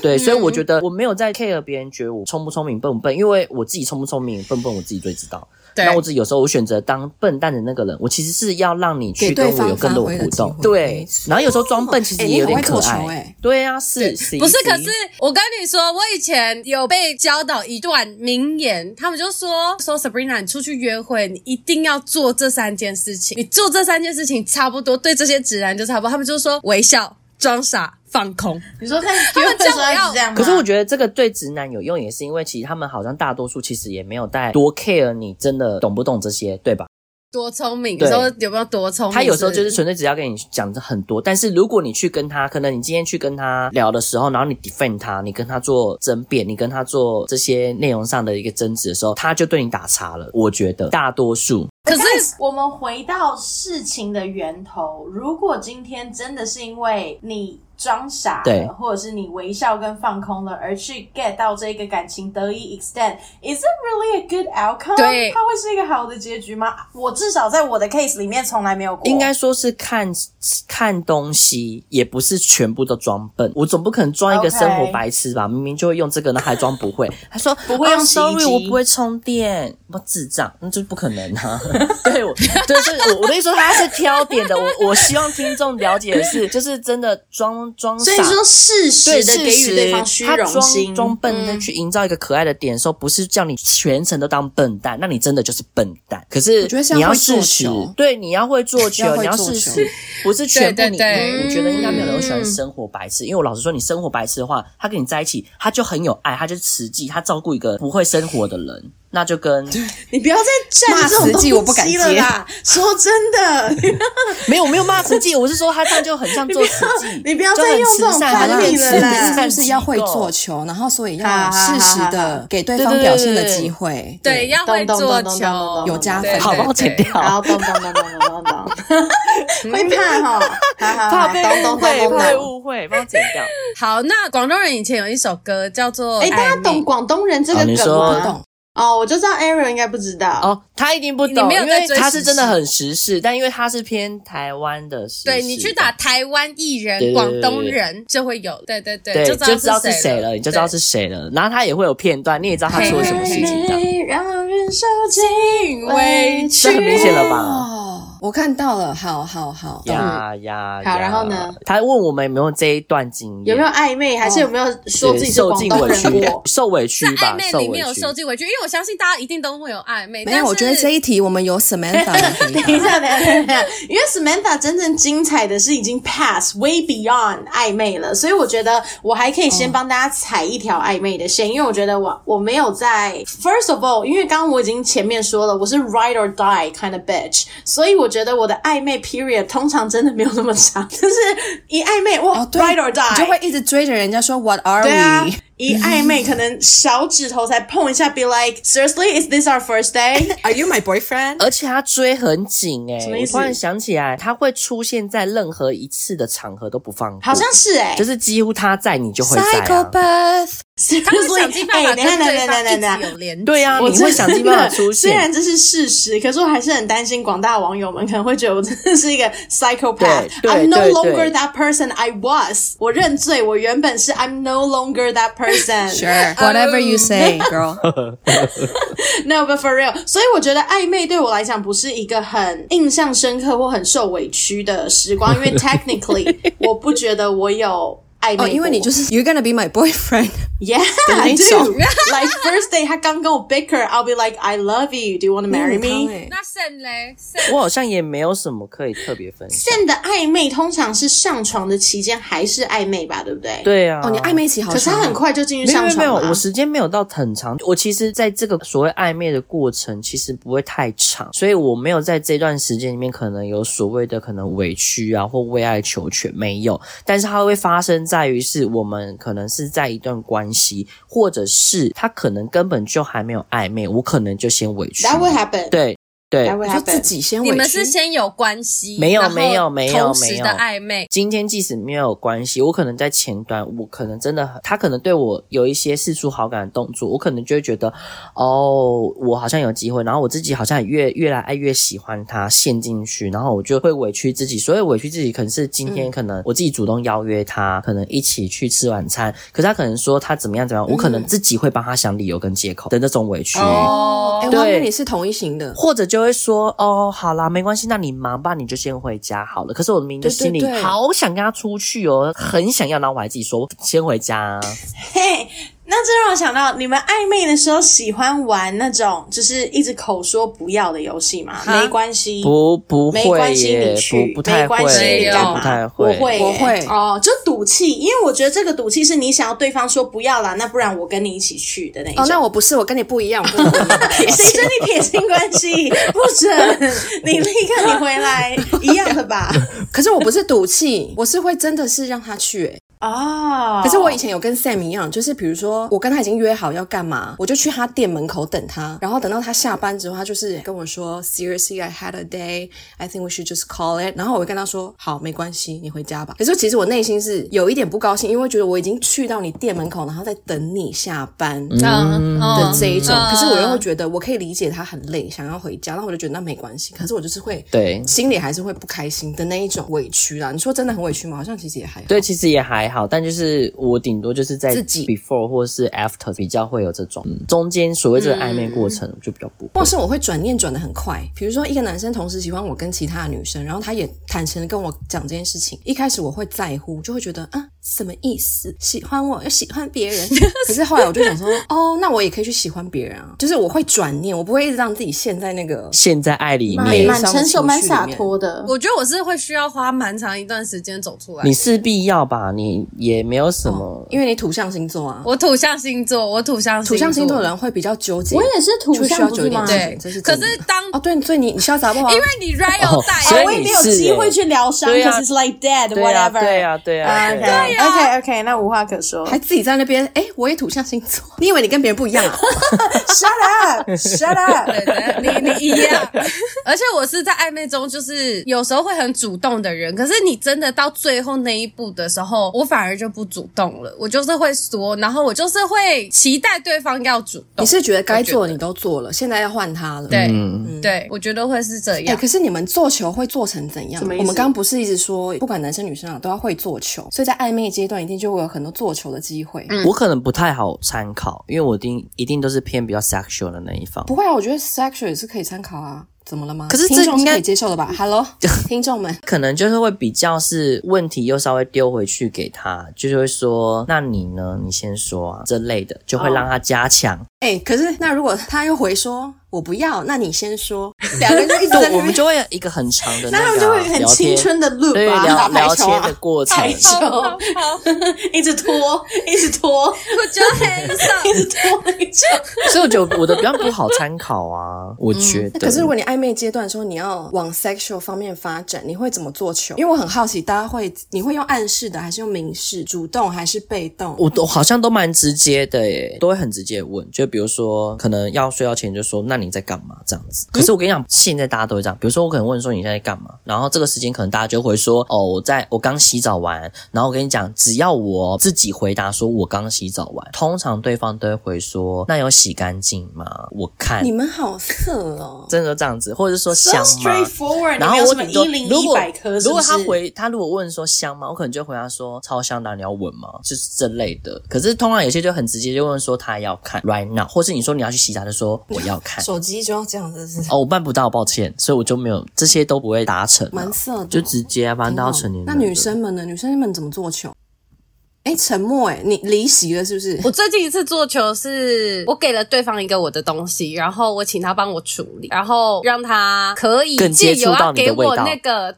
[SPEAKER 4] 对，所以我觉得我没有在 care 别人觉得我聪不聪明、笨不笨，因为我自己聪不聪明、笨不笨，我自己最知道。
[SPEAKER 2] 对
[SPEAKER 4] 那我只有时候我选择当笨蛋的那个人，我其实是要让你去
[SPEAKER 1] 给对
[SPEAKER 4] 跟我有
[SPEAKER 1] 方
[SPEAKER 4] 更多
[SPEAKER 1] 发挥的
[SPEAKER 4] 互动
[SPEAKER 1] 机会，没
[SPEAKER 4] 对。
[SPEAKER 1] 错
[SPEAKER 4] 然后有时候装笨其实
[SPEAKER 1] 哎
[SPEAKER 4] 也有
[SPEAKER 1] 你
[SPEAKER 4] 点
[SPEAKER 1] 很
[SPEAKER 4] 可
[SPEAKER 1] 会做球
[SPEAKER 4] 爱
[SPEAKER 1] 哎，
[SPEAKER 4] 对啊，是是，
[SPEAKER 2] 不是，
[SPEAKER 4] 是
[SPEAKER 2] 可是我跟你说，我以前有被教导一段名言，他们就说说 Sabrina，你出去约会，你一定要做这三件事情，你做这三件事情差不多，对这些直男就差不多。他们就说微笑、装傻、放空。
[SPEAKER 3] 你说在
[SPEAKER 2] 他们
[SPEAKER 3] 约会的时候
[SPEAKER 2] 叫我要
[SPEAKER 3] 一直这样吗？
[SPEAKER 4] 可是我觉得这个对直男有用，也是因为其实他们好像大多数其实也没有带多 care 你真的懂不懂这些，对吧？
[SPEAKER 2] 多聪明，你
[SPEAKER 4] 对
[SPEAKER 2] 说有没有多聪明？
[SPEAKER 4] 他有时候就是纯粹只要跟你讲的很多，但是如果你去跟他，可能你今天去跟他聊的时候，然后你 defend 他，你跟他做争辩，你跟他做这些内容上的一个争执的时候，他就对你打岔了。我觉得大多数
[SPEAKER 2] 可是
[SPEAKER 3] 但我们回到事情的源头，如果今天真的是因为你装傻
[SPEAKER 4] 对
[SPEAKER 3] 了，或者是你微笑跟放空了，而去 get 到这个感情得以 extend，is it really a good outcome？
[SPEAKER 2] 对
[SPEAKER 3] 它会是一个好的结局吗？我至少在我的 case 里面从来没有过。
[SPEAKER 4] 应该说是看看东西，也不是全部都装笨。我总不可能装一个
[SPEAKER 3] OK
[SPEAKER 4] 生活白痴吧明明就会用这个，然后还装不会。 <laughs> 他说
[SPEAKER 3] 不会用
[SPEAKER 4] 哦
[SPEAKER 3] 洗衣
[SPEAKER 4] sorry，
[SPEAKER 3] 机
[SPEAKER 4] 我不会充电，我智障，那就不可能啊。 <laughs> 对，我对，所以我我的意思说他是挑点的。我我希望听众了解的是，就是真的装装傻。
[SPEAKER 3] 所以说事
[SPEAKER 4] 对
[SPEAKER 3] 实的给
[SPEAKER 4] 事
[SPEAKER 3] 予
[SPEAKER 4] 实
[SPEAKER 3] 对方虚
[SPEAKER 4] 他
[SPEAKER 3] 荣
[SPEAKER 4] 装
[SPEAKER 3] 心，
[SPEAKER 4] 装笨的去营造一个可爱的点的时候，不是叫你全程都当笨蛋，那你真的就是笨蛋。可是
[SPEAKER 1] 觉得是要
[SPEAKER 4] 你要
[SPEAKER 1] 会做
[SPEAKER 4] 事实
[SPEAKER 1] 球，
[SPEAKER 4] 对，你要会做球
[SPEAKER 1] 要，会
[SPEAKER 4] 你要
[SPEAKER 1] 做
[SPEAKER 4] 事
[SPEAKER 1] 球
[SPEAKER 4] 实，不是全部
[SPEAKER 2] 对对
[SPEAKER 4] 你。
[SPEAKER 2] 对
[SPEAKER 4] 我我觉得应该没有人会喜欢
[SPEAKER 2] 嗯
[SPEAKER 4] 生活白痴，因为我老实说，你生活白痴的话，他跟你在一起，他就很有爱，他就是实际，他照顾一个不会生活的人，那就跟哎
[SPEAKER 3] 你不要再站
[SPEAKER 1] 骂
[SPEAKER 3] 这种
[SPEAKER 1] 实际我不
[SPEAKER 3] 东
[SPEAKER 1] 敢
[SPEAKER 3] 西了
[SPEAKER 1] 接
[SPEAKER 3] 啦！说真的，
[SPEAKER 4] 没有没有骂实际，我是说他这样就很像做实际，
[SPEAKER 3] 你不要
[SPEAKER 4] 就
[SPEAKER 3] 再
[SPEAKER 4] 很
[SPEAKER 3] 用
[SPEAKER 4] 慈
[SPEAKER 3] 这种
[SPEAKER 4] 善
[SPEAKER 3] 反
[SPEAKER 4] 很
[SPEAKER 1] 好
[SPEAKER 3] 例
[SPEAKER 1] 像
[SPEAKER 4] 很
[SPEAKER 1] 是
[SPEAKER 3] 了
[SPEAKER 4] 慈
[SPEAKER 3] 啦
[SPEAKER 4] 善
[SPEAKER 1] 是不是要会
[SPEAKER 4] 机构
[SPEAKER 1] 做球，然后所以
[SPEAKER 3] 好
[SPEAKER 1] 要
[SPEAKER 3] 好
[SPEAKER 1] 适时
[SPEAKER 3] 好好
[SPEAKER 1] 的给对
[SPEAKER 4] 对
[SPEAKER 1] 方
[SPEAKER 4] 对
[SPEAKER 1] 表现的
[SPEAKER 4] 对对
[SPEAKER 1] 机会。
[SPEAKER 2] 对，要 <laughs> 会
[SPEAKER 3] 咚咚
[SPEAKER 2] 做
[SPEAKER 3] 咚咚咚咚
[SPEAKER 2] 球，
[SPEAKER 3] 咚
[SPEAKER 1] 有加
[SPEAKER 2] 对
[SPEAKER 1] 分
[SPEAKER 4] 好，帮我剪。掉。
[SPEAKER 3] 好，懂懂懂懂懂懂懂，会怕哈，好好好，懂
[SPEAKER 4] 哦
[SPEAKER 3] 懂懂懂懂。
[SPEAKER 4] 误会，帮我剪掉。
[SPEAKER 2] 对好，那广东人以前有一首歌叫做《
[SPEAKER 3] 哎，大
[SPEAKER 2] 暧
[SPEAKER 3] 家
[SPEAKER 2] 昧
[SPEAKER 3] 懂广东人这个
[SPEAKER 4] 好你
[SPEAKER 3] 梗
[SPEAKER 4] 说
[SPEAKER 1] 不
[SPEAKER 3] 吗
[SPEAKER 1] 懂？
[SPEAKER 3] 哦，我就知道 Aaron 应该不知道。
[SPEAKER 4] <laughs> 哦，他一定不懂，
[SPEAKER 2] 你没有
[SPEAKER 4] 因
[SPEAKER 2] 在
[SPEAKER 4] 为
[SPEAKER 2] 追
[SPEAKER 4] 他
[SPEAKER 2] 时
[SPEAKER 4] 是真的
[SPEAKER 2] 事
[SPEAKER 4] 很时事，但因为他是偏台湾的时事，
[SPEAKER 2] 对你去打台湾艺
[SPEAKER 4] 对
[SPEAKER 2] 人、
[SPEAKER 4] 对
[SPEAKER 2] 广东人就会有，对对对，
[SPEAKER 4] 对
[SPEAKER 2] 就
[SPEAKER 4] 就知道是
[SPEAKER 2] 谁
[SPEAKER 4] 谁了，你就知道是谁了。然后他也会有片段，你也知道他
[SPEAKER 2] 嘿
[SPEAKER 4] 出了什么事情，这样
[SPEAKER 3] 让人受尽
[SPEAKER 2] 对委
[SPEAKER 4] <laughs> 这很
[SPEAKER 2] 屈。
[SPEAKER 4] 明显了吧？
[SPEAKER 1] 哦，我看到了，好好好，懂了
[SPEAKER 4] 呀呀！
[SPEAKER 3] 好
[SPEAKER 4] 呀
[SPEAKER 3] 然后呢？
[SPEAKER 4] 他问我们有没有这一段经验，
[SPEAKER 3] 有没有暧昧，还是有没有说自己是
[SPEAKER 4] 受
[SPEAKER 3] 广
[SPEAKER 4] 尽
[SPEAKER 3] 东
[SPEAKER 4] 委
[SPEAKER 3] 人
[SPEAKER 4] 屈
[SPEAKER 3] 过？，
[SPEAKER 4] 受委屈
[SPEAKER 2] 暧
[SPEAKER 4] 吧？
[SPEAKER 2] 昧
[SPEAKER 4] 受
[SPEAKER 2] 里
[SPEAKER 4] 委
[SPEAKER 2] 面有
[SPEAKER 4] 屈
[SPEAKER 2] 受。尽委屈，因为我相信大家一定都会有暧昧。
[SPEAKER 1] 没有，我觉得这
[SPEAKER 2] 一
[SPEAKER 1] 一题我们有 Samantha <laughs> 可以
[SPEAKER 3] <laughs> 等一下，等一下，等一下，因为 Samantha 真正精彩的是已经 pass way beyond 暧昧了，所以我觉得我还可以先帮大家踩一条暧昧的线，因为我觉得我我没有在 first of all，因为刚刚我已经前面说了，我是 ride or die kind of bitch，所以我觉得我的暧昧 period 通常真的没有那么长，就是一暧昧哇、
[SPEAKER 1] 哦，对
[SPEAKER 3] ride or die
[SPEAKER 1] 你就会嗯一直追着人家说 What are
[SPEAKER 3] 对啊
[SPEAKER 1] we？，
[SPEAKER 3] 一暧昧可能小指头才碰一下，be like seriously is this our first day？
[SPEAKER 1] Are you my boyfriend？
[SPEAKER 4] 而且他追很紧哎、
[SPEAKER 3] 什么意
[SPEAKER 4] 我
[SPEAKER 3] 思
[SPEAKER 4] 突然想起来，他会出现在任何一次的场合都不放过，
[SPEAKER 3] 好像是哎、
[SPEAKER 4] 就是几乎他在你就会在、啊。
[SPEAKER 1] Psychopath，
[SPEAKER 2] 他会想尽办法
[SPEAKER 3] 哎等一下
[SPEAKER 2] 跟对
[SPEAKER 3] 等一下等
[SPEAKER 2] 方一直
[SPEAKER 3] 一下等一下
[SPEAKER 2] 有连接
[SPEAKER 4] 对啊呀、
[SPEAKER 3] 我
[SPEAKER 4] 你会
[SPEAKER 3] 真
[SPEAKER 4] 想尽办法
[SPEAKER 3] 的
[SPEAKER 4] 出
[SPEAKER 3] 虽然
[SPEAKER 4] 现。
[SPEAKER 3] 这是事实，可是我还是很担心广大网友们可能会觉得我真的是一个 psychopath。
[SPEAKER 4] 对
[SPEAKER 3] I'm
[SPEAKER 4] 对
[SPEAKER 3] no
[SPEAKER 4] 对
[SPEAKER 3] longer
[SPEAKER 4] 对
[SPEAKER 3] that person I was。我认罪，我原本是 I'm no longer that
[SPEAKER 1] <laughs>
[SPEAKER 3] person。
[SPEAKER 1] Sure，whatever you say, <laughs> girl。
[SPEAKER 3] No, but for real，所以我觉得暧昧对我来讲不是一个很印象深刻或很受委屈的时光，因为 technically
[SPEAKER 4] <laughs>
[SPEAKER 3] 我不觉得我有暧昧过、
[SPEAKER 1] 哦，因为你就是 You're gonna be my <laughs> boyfriend。
[SPEAKER 3] Yeah,
[SPEAKER 1] 那
[SPEAKER 3] I
[SPEAKER 1] 种
[SPEAKER 3] do. <laughs> Like first day，他刚跟我 bicker, I'll be like, I love you. Do you want to marry
[SPEAKER 4] 欸
[SPEAKER 3] me?
[SPEAKER 2] 那肾嘞，肾
[SPEAKER 4] 我好像也没有什么可以特别分享。
[SPEAKER 3] 现的暧昧通常是上床的期间还是暧昧吧，对不对？。
[SPEAKER 4] 对啊，
[SPEAKER 1] 哦，你暧昧期好
[SPEAKER 3] 可是
[SPEAKER 1] 长
[SPEAKER 3] 他
[SPEAKER 1] 哦，
[SPEAKER 3] 很快就进去
[SPEAKER 4] 没有
[SPEAKER 3] 上
[SPEAKER 4] 没有
[SPEAKER 3] 床
[SPEAKER 4] 没有，
[SPEAKER 3] 了啊。
[SPEAKER 4] 我时间没有到很长。我其实在这个所谓暧昧的过程，其实不会太长，所以我没有在这段时间里面可能有所谓的可能委屈啊或为爱求全没有。但是它会发生在于是我们可能是在一段关系，或者是他可能根本就还没有暧昧，我可能就先委屈。
[SPEAKER 3] That would happen.
[SPEAKER 4] 对对
[SPEAKER 3] That，would
[SPEAKER 1] 你就自
[SPEAKER 3] happen.
[SPEAKER 1] 己先委
[SPEAKER 2] 你
[SPEAKER 1] 屈。
[SPEAKER 2] 们是先有关系，
[SPEAKER 4] 没有
[SPEAKER 2] 然后
[SPEAKER 4] 没有没有
[SPEAKER 2] 同时
[SPEAKER 4] 没有
[SPEAKER 2] 的暧昧，
[SPEAKER 4] 今天即使没有关系，我可能在前端，我可能真的很他可能对我有一些示出好感的动作，我可能就会觉得，哦，我好像有机会，然后我自己好像也越越来越喜欢他，陷进去，然后我就会委屈自己，所以委屈自己可能是今天可能我自己主动邀约他，可能一起去吃晚餐，可是他可能说他怎么样怎么样，我可能自己会帮他想理由跟借口的那种委屈。
[SPEAKER 1] 哦，哎，我
[SPEAKER 4] 对
[SPEAKER 1] 跟你是同一型 <laughs> 的。
[SPEAKER 4] 或者就会说哦，好啦，没关系，那你忙吧，你就先回家好了。可是我明明就心里
[SPEAKER 1] 对对对
[SPEAKER 4] 好想跟他出去哦，很想要，然后我还自己说先回家啊、
[SPEAKER 3] <laughs> 嘿，那这让我想到，你们暧昧的时候喜欢玩那种就是一直口说不要的游戏吗？
[SPEAKER 2] 哈
[SPEAKER 3] 没关系，
[SPEAKER 4] 不不
[SPEAKER 3] 没
[SPEAKER 4] 会
[SPEAKER 3] 关系
[SPEAKER 4] 耶
[SPEAKER 3] 你，去
[SPEAKER 4] 不不太
[SPEAKER 3] 没关系
[SPEAKER 4] 会，
[SPEAKER 2] 你干嘛
[SPEAKER 4] 不太
[SPEAKER 3] 我
[SPEAKER 4] 会，
[SPEAKER 3] 会耶，
[SPEAKER 1] 我会
[SPEAKER 3] 哦，就赌气，因为我觉得这个赌气是你想要对方说不要啦，那不然我跟你一起去的那一种。
[SPEAKER 1] 哦，那我不是，我跟你不一样，我跟你不一 <laughs>
[SPEAKER 3] <laughs>
[SPEAKER 1] 样
[SPEAKER 3] 谁跟你撇清关系？不准！你立刻你回来，一样的
[SPEAKER 4] <laughs>
[SPEAKER 3] 吧？
[SPEAKER 1] 可是我不是赌气，我是会真的是让他去、欸。
[SPEAKER 3] 哦，
[SPEAKER 1] 可是我以前有跟 Sam 一样，就是比如说我跟他已经约好要干嘛，我就去他店门口等他，然后等到他下班之后，他就是跟我说 Seriously, I had a day. I think we should just call it. 然后我会跟他说好，没关系，你回家吧。可是其实我内心是有一点不高兴，因为我觉得我已经去到你店门口，然后在等你下班。
[SPEAKER 2] 嗯
[SPEAKER 1] 的
[SPEAKER 2] 嗯
[SPEAKER 1] 这一种，
[SPEAKER 2] 嗯
[SPEAKER 1] 可是我又会觉得我可以理解他很累，想要回家，然后我就觉得那没关系。可是我就是会
[SPEAKER 4] 对
[SPEAKER 1] 心里还是会不开心的那一种委屈啦。你说真的很委屈吗？好像其实也还好。
[SPEAKER 4] 对，其实也还好，但就是我顶多就是在
[SPEAKER 1] 自己
[SPEAKER 4] before 或是 after 比较会有这种、嗯中间所谓这个暧昧过程就比较
[SPEAKER 3] 嗯
[SPEAKER 4] 不会
[SPEAKER 1] 或是我会转念转的很快，比如说一个男生同时喜欢我跟其他的女生，然后他也坦诚的跟我讲这件事情，一开始我会在乎，就会觉得啊什么意思？喜欢我又喜欢别人，可是后来我就想说， <laughs> 哦，那我也可以去喜欢别人啊，就是我会转念，我不会一直让自己陷在那个
[SPEAKER 4] 陷在爱里
[SPEAKER 1] 没
[SPEAKER 4] 面，
[SPEAKER 1] 蛮成熟蛮洒脱
[SPEAKER 3] 的
[SPEAKER 2] 我觉得我是会需要花蛮长一段时间走出来
[SPEAKER 4] 你。势必要吧，你也没有什么，
[SPEAKER 3] 哦
[SPEAKER 1] 因为你土象星座啊，
[SPEAKER 2] 我土象星座，我土象
[SPEAKER 1] 土象星座的人会比较纠结，
[SPEAKER 3] 我也是土象
[SPEAKER 1] 就需要
[SPEAKER 3] 不
[SPEAKER 1] 久
[SPEAKER 3] 是
[SPEAKER 1] 一点
[SPEAKER 3] 吗
[SPEAKER 1] 时间
[SPEAKER 2] 对
[SPEAKER 1] 这是，
[SPEAKER 2] 可
[SPEAKER 1] 真的
[SPEAKER 2] 是当
[SPEAKER 1] 哦，对，所以你你潇洒不好，
[SPEAKER 2] 因为你 Ryo
[SPEAKER 4] 哦
[SPEAKER 2] 带，
[SPEAKER 4] 所以
[SPEAKER 3] 我也没有
[SPEAKER 4] 你是
[SPEAKER 3] 机
[SPEAKER 4] 欸
[SPEAKER 3] 会去疗伤
[SPEAKER 4] 对啊
[SPEAKER 3] ，cause it's like dead
[SPEAKER 4] 对啊
[SPEAKER 3] whatever。
[SPEAKER 4] 对啊对啊对啊
[SPEAKER 3] OK OK OK，那无话可说。
[SPEAKER 1] 还自己在那边，哎，我也土象星座， <laughs> 你以为你跟别人不一样啊？
[SPEAKER 3] <laughs> Shut up，Shut
[SPEAKER 4] <laughs>
[SPEAKER 3] up。
[SPEAKER 2] 对对， <laughs> 你你一样。而且我是在暧昧中，就是有时候会很主动的人，可是你真的到最后那一步的时候，我反而就不主动了，我就是会说，然后我就是会期待对方要主动。
[SPEAKER 1] 你是觉得该做
[SPEAKER 2] 我
[SPEAKER 1] 的你都做了，现在要换他了，
[SPEAKER 2] 对、
[SPEAKER 4] 嗯
[SPEAKER 2] 对，我觉得会是这
[SPEAKER 1] 哎、
[SPEAKER 2] 样。
[SPEAKER 1] 可是你们做球会做成怎样？
[SPEAKER 3] 什么意思
[SPEAKER 1] 我们刚刚不是一直说，不管男生女生啊，都要会做球，所以在暧昧阶段一定就会有很多做球的机会。
[SPEAKER 3] 嗯
[SPEAKER 4] 我可能不太好参考，因为我一定一定都是偏比较 sexual 的那一方。
[SPEAKER 1] 不会啊，我觉得 sexual 也是可以参考啊。怎么了吗？
[SPEAKER 4] 可是这嗯
[SPEAKER 1] 听众是
[SPEAKER 4] 应该
[SPEAKER 1] 可以接受的吧？Hello，听
[SPEAKER 4] <laughs>
[SPEAKER 1] 众们，
[SPEAKER 4] 可能就是会比较是问题又稍微丢回去给他，就是会说那你呢？你先说啊这类的，就会让他加强。
[SPEAKER 1] 哎、可是那如果他又回说我不要，那你先
[SPEAKER 4] <laughs>
[SPEAKER 1] 说，两个人就一直在那
[SPEAKER 4] 对，
[SPEAKER 1] 边
[SPEAKER 4] 我们就会有一个很长的
[SPEAKER 3] <laughs> 那
[SPEAKER 4] 个
[SPEAKER 3] 他
[SPEAKER 4] 啊
[SPEAKER 3] 们就会很
[SPEAKER 4] 聊
[SPEAKER 3] 青
[SPEAKER 4] 天，
[SPEAKER 3] 春的 loop
[SPEAKER 4] 对
[SPEAKER 3] 啊，
[SPEAKER 4] 聊
[SPEAKER 3] 打排
[SPEAKER 4] 聊
[SPEAKER 3] 球
[SPEAKER 4] 天
[SPEAKER 3] 啊
[SPEAKER 4] 的，过程。
[SPEAKER 3] 排球， <laughs> 一直拖，一直拖，
[SPEAKER 2] 我
[SPEAKER 4] <laughs>
[SPEAKER 2] 觉得很
[SPEAKER 3] <laughs> 一
[SPEAKER 2] 少。
[SPEAKER 3] 直拖，一直拖。
[SPEAKER 4] 所以我觉得我的比较不好参考
[SPEAKER 3] 嗯
[SPEAKER 4] 啊，我觉得。
[SPEAKER 1] 可是如果你暧昧阶段说你要往 sexual 方面发展，你会怎么做球？因为我很好奇，大家会你会用暗示的，还是用明示？主动还是被动？
[SPEAKER 4] 我都好像都蛮直接的耶，都会很直接问，就比如说可能要睡觉前就说那你在干嘛这样
[SPEAKER 1] 嗯
[SPEAKER 4] 子。可是我跟你讲，现在大家都会这样，比如说我可能问说你现在在干嘛，然后这个时间可能大家就会说哦我在我刚洗澡完，然后我跟你讲，只要我自己回答说我刚洗澡完，通常对方都会回说那有洗干净吗？我看
[SPEAKER 1] 你们好色哦！
[SPEAKER 4] 真的这样子，或者是说
[SPEAKER 3] So
[SPEAKER 4] 香吗？
[SPEAKER 3] straightforward，
[SPEAKER 4] 然
[SPEAKER 3] 你
[SPEAKER 4] 后
[SPEAKER 3] 没有
[SPEAKER 4] 我
[SPEAKER 3] 什么
[SPEAKER 4] 顶多
[SPEAKER 3] 一零
[SPEAKER 4] 如
[SPEAKER 3] 一
[SPEAKER 4] 果
[SPEAKER 3] 百科，是不
[SPEAKER 4] 如果他
[SPEAKER 3] 是？
[SPEAKER 4] 回他如果问说香吗，我可能就回答说超香的啊，你要闻吗？就是这类的。可是通常有些就很直接就问说他要看 right now，或是你说你要去洗澡，他就说我要
[SPEAKER 3] <laughs>
[SPEAKER 4] 看。
[SPEAKER 1] 手机就要这样子，是不是
[SPEAKER 4] 哎哦，我办不到，抱歉，所以我就没有这些都不会达成啊、
[SPEAKER 1] 蛮色的，
[SPEAKER 4] 就直接啊，反正
[SPEAKER 1] 挺
[SPEAKER 4] 都
[SPEAKER 1] 好
[SPEAKER 4] 要
[SPEAKER 1] 的
[SPEAKER 4] 成年
[SPEAKER 1] 那
[SPEAKER 4] 人的
[SPEAKER 1] 女生们呢？女生们怎么做球？哎，沉默哎，你离席了是不是？
[SPEAKER 2] 我最近一次做球是，我给了对方一个我的东西，然后我请他帮我处理，然后让他可以
[SPEAKER 4] 更接
[SPEAKER 2] 借
[SPEAKER 4] 触
[SPEAKER 2] 由要
[SPEAKER 4] 到你
[SPEAKER 2] 给
[SPEAKER 4] 的味
[SPEAKER 2] 我
[SPEAKER 4] 道
[SPEAKER 2] 那个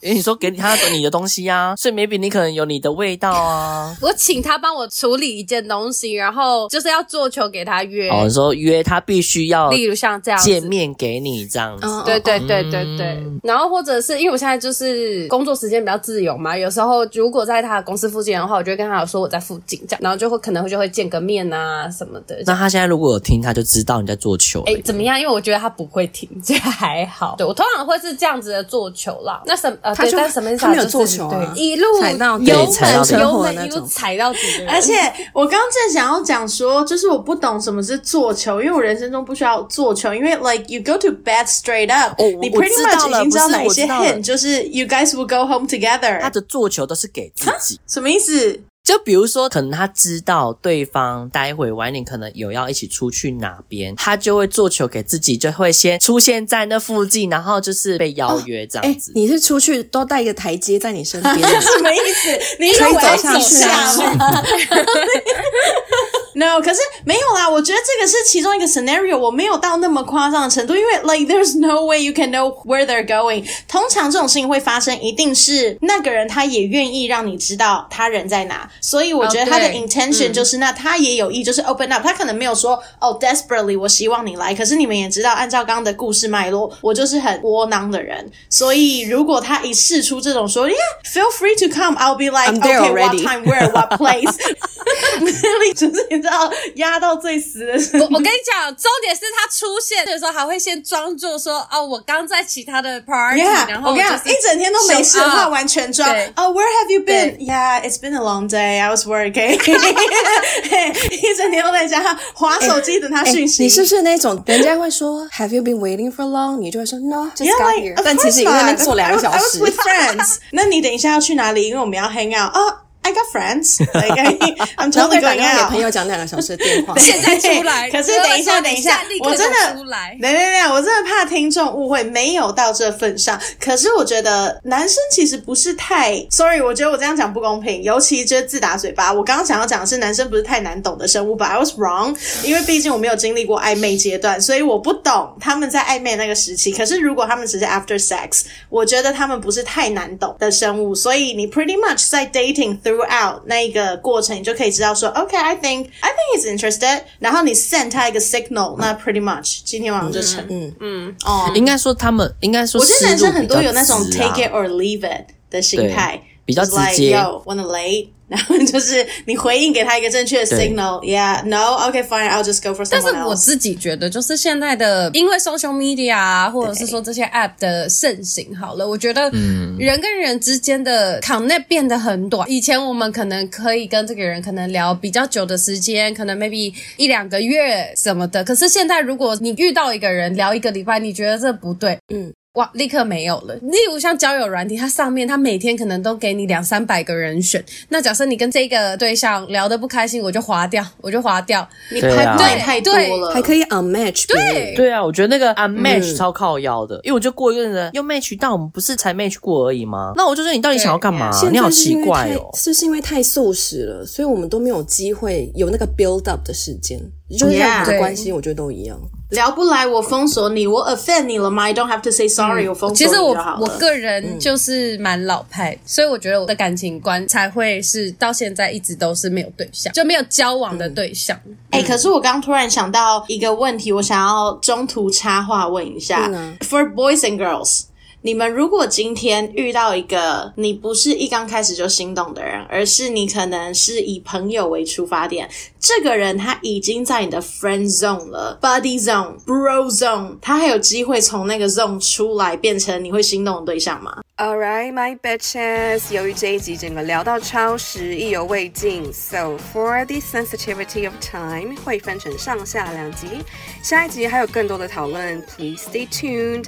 [SPEAKER 4] 因为你说给他你的东西啊，所以 maybe 你可能有你的味道
[SPEAKER 3] <laughs>
[SPEAKER 4] 啊。
[SPEAKER 2] 我请他帮我处理一件东西，然后就是要做球给他约，
[SPEAKER 4] 哦，你说约他必须要
[SPEAKER 2] 例如像这样子
[SPEAKER 4] 见。面给你这样子。
[SPEAKER 1] 嗯
[SPEAKER 2] 对对对对对，
[SPEAKER 4] 嗯
[SPEAKER 2] 然后或者是因为我现在就是工作时间比较自由嘛，有时候如果在他的公司附近的话，我就会跟他说我在附近这样，然后就会可能会就会见个面啊什么的。
[SPEAKER 4] 那他现在如果有听，他就知道你在做球了。
[SPEAKER 2] 哎，怎么样？因为我觉得他不会停， <laughs> 这还好。对我通常会是这样子的做球啦。那什么呃，
[SPEAKER 1] 他
[SPEAKER 2] 对
[SPEAKER 1] 就
[SPEAKER 2] 但什么意思啊？
[SPEAKER 1] 他没有
[SPEAKER 2] 就是
[SPEAKER 1] 做球啊
[SPEAKER 2] 对，一路
[SPEAKER 1] 踩到
[SPEAKER 2] 油
[SPEAKER 4] 对踩到
[SPEAKER 2] 门
[SPEAKER 4] 车
[SPEAKER 2] 油
[SPEAKER 1] 祸
[SPEAKER 2] 门
[SPEAKER 1] 那
[SPEAKER 2] 一路
[SPEAKER 1] 种哎
[SPEAKER 2] 踩到底的
[SPEAKER 4] <laughs>
[SPEAKER 2] 人，
[SPEAKER 3] 而且我刚刚正想要讲说，就是我不懂什么是做球，因为我人生中不需要做球，因为 like you go to bed straight up，、
[SPEAKER 4] 哦我
[SPEAKER 3] 你
[SPEAKER 4] 我
[SPEAKER 3] pretty
[SPEAKER 4] 知
[SPEAKER 3] much
[SPEAKER 4] 道
[SPEAKER 3] 已
[SPEAKER 4] 了
[SPEAKER 3] 经知道
[SPEAKER 4] 不是
[SPEAKER 3] 哪一
[SPEAKER 4] 我
[SPEAKER 3] 些
[SPEAKER 4] 知道了
[SPEAKER 3] hint，就是 you guys will go home
[SPEAKER 4] 他
[SPEAKER 3] together，
[SPEAKER 4] 的做球都是给自己，
[SPEAKER 3] 什么意思？
[SPEAKER 5] 就比如说，可能他知道对方待会晚一点可能有要一起出去哪边，他就会做球给自己，就会先出现在那附近，然后就是被邀约
[SPEAKER 3] 哦
[SPEAKER 4] 啊
[SPEAKER 5] 这
[SPEAKER 1] 哎、
[SPEAKER 5] 样子。
[SPEAKER 1] 你是出去都带一个台阶在你身边，
[SPEAKER 3] 什么意思？ <laughs> 你
[SPEAKER 1] 可
[SPEAKER 3] 说
[SPEAKER 1] 以
[SPEAKER 3] 我
[SPEAKER 1] 走
[SPEAKER 3] 要
[SPEAKER 1] 下
[SPEAKER 3] 走
[SPEAKER 1] 去
[SPEAKER 3] 下
[SPEAKER 1] 啊
[SPEAKER 3] 吗？No，可是没有啦。我觉得这个是其中一个 scenario，我没有到那么夸张的程度，因为 like there's no way you can know where they're going。通常这种事情会发生，一定是那个人他也愿意让你知道他人在哪，所以我觉得他的
[SPEAKER 2] 哦对
[SPEAKER 3] intention 就是那他也有意就是 open up，他可能没有说哦 desperately 我希望你来，可是你们也知道，按照刚刚的故事脉络，我就是很窝囊的人，所以如果他一试出这种说 yeah feel free to come，I'll be like
[SPEAKER 1] I'm there
[SPEAKER 3] okay what
[SPEAKER 1] already.
[SPEAKER 3] time where <laughs> what place，really 就是你知道压到最死的时
[SPEAKER 2] 我
[SPEAKER 3] 候
[SPEAKER 2] 我。跟你讲，重点是他出现的时候还会先装作说哦，我刚在其他的 party，、然 <laughs>
[SPEAKER 3] <laughs> Yeah，
[SPEAKER 2] 后
[SPEAKER 3] 我跟你讲，
[SPEAKER 2] 就是
[SPEAKER 3] 一整天都没事的
[SPEAKER 2] show
[SPEAKER 3] 话，
[SPEAKER 2] up
[SPEAKER 3] 完全装。
[SPEAKER 2] 对
[SPEAKER 3] Oh, where have you been?
[SPEAKER 2] 对
[SPEAKER 3] Yeah, it's been a long day. I was working. <laughs> 一整天都在家划手机等他
[SPEAKER 1] 哎
[SPEAKER 3] 讯息。
[SPEAKER 1] 你是不是那种人家会说 Have you been waiting for long？你就会说 No, just
[SPEAKER 3] Yeah,
[SPEAKER 1] got
[SPEAKER 3] like,
[SPEAKER 1] here。
[SPEAKER 3] of
[SPEAKER 1] 但其实你
[SPEAKER 3] course
[SPEAKER 1] 在那边
[SPEAKER 3] not. <laughs>
[SPEAKER 1] 坐两个小
[SPEAKER 3] I
[SPEAKER 1] 时
[SPEAKER 3] was。with friends. 那你等一下要去哪里？因为我们要 hang out. 哦、i got friends. Like, I- <laughs>
[SPEAKER 1] 然
[SPEAKER 3] I'm
[SPEAKER 1] 后
[SPEAKER 3] totally
[SPEAKER 1] 会打
[SPEAKER 3] going
[SPEAKER 1] 电话给朋
[SPEAKER 3] out.
[SPEAKER 1] 友讲两个小时的电话。
[SPEAKER 2] 现在出来，
[SPEAKER 3] 可是
[SPEAKER 2] 然后
[SPEAKER 3] 等一下，
[SPEAKER 2] 说
[SPEAKER 3] 等一下
[SPEAKER 2] 立，刻
[SPEAKER 3] 我真
[SPEAKER 2] 就
[SPEAKER 3] 的
[SPEAKER 2] 出来。
[SPEAKER 3] 没没没，我真的怕听众误会，没有到这份上。可是我觉得男生其实不是太，sorry，我觉得我这样讲不公平，尤其就是自打嘴巴。我刚刚想要讲的是，男生不是太难懂的生物吧？I was wrong，因为毕竟我没有经历过暧昧阶段，所以我不懂他们在暧昧那个时期。可是如果他们只是 after sex，我觉得他们不是太难懂的生物，所以你 pretty much 在 dating throughout 那一个过程，你就可以知道说，OK，I、think I think he's interested，然后你 send 他一个 signal，那 pretty much 今天晚上就成。嗯嗯哦，
[SPEAKER 5] 应该说他们应该说
[SPEAKER 3] 我觉
[SPEAKER 5] 思
[SPEAKER 3] 得
[SPEAKER 5] 路
[SPEAKER 3] 男
[SPEAKER 5] 比较直啊，
[SPEAKER 3] 生很多有那种 take it or leave it 的心态，
[SPEAKER 5] 比较直
[SPEAKER 3] It's like,
[SPEAKER 5] 接
[SPEAKER 3] Yo, wanna lay？然 <laughs> 后就是你回应给他一个正确的
[SPEAKER 5] 对
[SPEAKER 3] signal，yeah，no，OK，fine，I'll just go for
[SPEAKER 2] 但是
[SPEAKER 3] someone
[SPEAKER 2] 我
[SPEAKER 3] else。
[SPEAKER 2] 自己觉得，就是现在的，因为 social media 啊，或者是说这些 app 的盛行，好了，我觉得人跟人之间的 connect 变得很短。以前我们可能可以跟这个人可能聊比较久的时间，可能 maybe 一两个月什么的。可是现在，如果你遇到一个人聊一个礼拜，你觉得这不对，哇，立刻没有了。例如像交友软体，它上面它每天可能都给你两三百个人选。那假设你跟这个对象聊得不开心，我就划掉，我就划掉。
[SPEAKER 3] 你
[SPEAKER 5] 对啊
[SPEAKER 3] pipeline 太多了，
[SPEAKER 1] 还可以 unmatch 别人。
[SPEAKER 5] 对啊，我觉得那个
[SPEAKER 3] 嗯
[SPEAKER 5] unmatch 超靠腰的，因为我就过一个人又 match 到，我们不是才 match 过而已吗？那我就说你到底想要干嘛
[SPEAKER 1] 现？在
[SPEAKER 5] 你好
[SPEAKER 1] 是
[SPEAKER 5] 奇
[SPEAKER 1] 因为
[SPEAKER 5] 啊怪
[SPEAKER 1] 太
[SPEAKER 5] 哦。
[SPEAKER 1] 就是因为太素食了，所以我们都没有机会有那个 build up 的时间。就是
[SPEAKER 3] Yeah
[SPEAKER 1] 任何的
[SPEAKER 2] 对
[SPEAKER 1] 关系，我觉得都一样。
[SPEAKER 3] 聊不来，我封锁你，我 offend 你了吗？I don't have to say sorry，、我封
[SPEAKER 2] 嗯
[SPEAKER 3] 锁
[SPEAKER 2] 其
[SPEAKER 3] 你
[SPEAKER 2] 实
[SPEAKER 3] 就
[SPEAKER 2] 我
[SPEAKER 3] 好了。嗯
[SPEAKER 2] 我个人就是蛮老派，所以我觉得我的感情观才会是到现在一直都是没有对象，就没有交往的对象。
[SPEAKER 3] 哎、可是我刚突然想到一个问题，我想要中途插话问一下、
[SPEAKER 1] 嗯啊
[SPEAKER 3] f o r boys and girls。你们如果今天遇到一个你不是一刚开始就心动的人，而是你可能是以朋友为出发点，这个人他已经在你的 friend zone 了，buddy zone、bro zone，他还有机会从那个 zone 出来，变成你会心动的对象吗？
[SPEAKER 1] Alright, my bitches！由于这一集整个聊到超时，意犹未尽，so for the sensitivity of time，会分成上下两集。下一集还有更多的讨论，please stay tuned。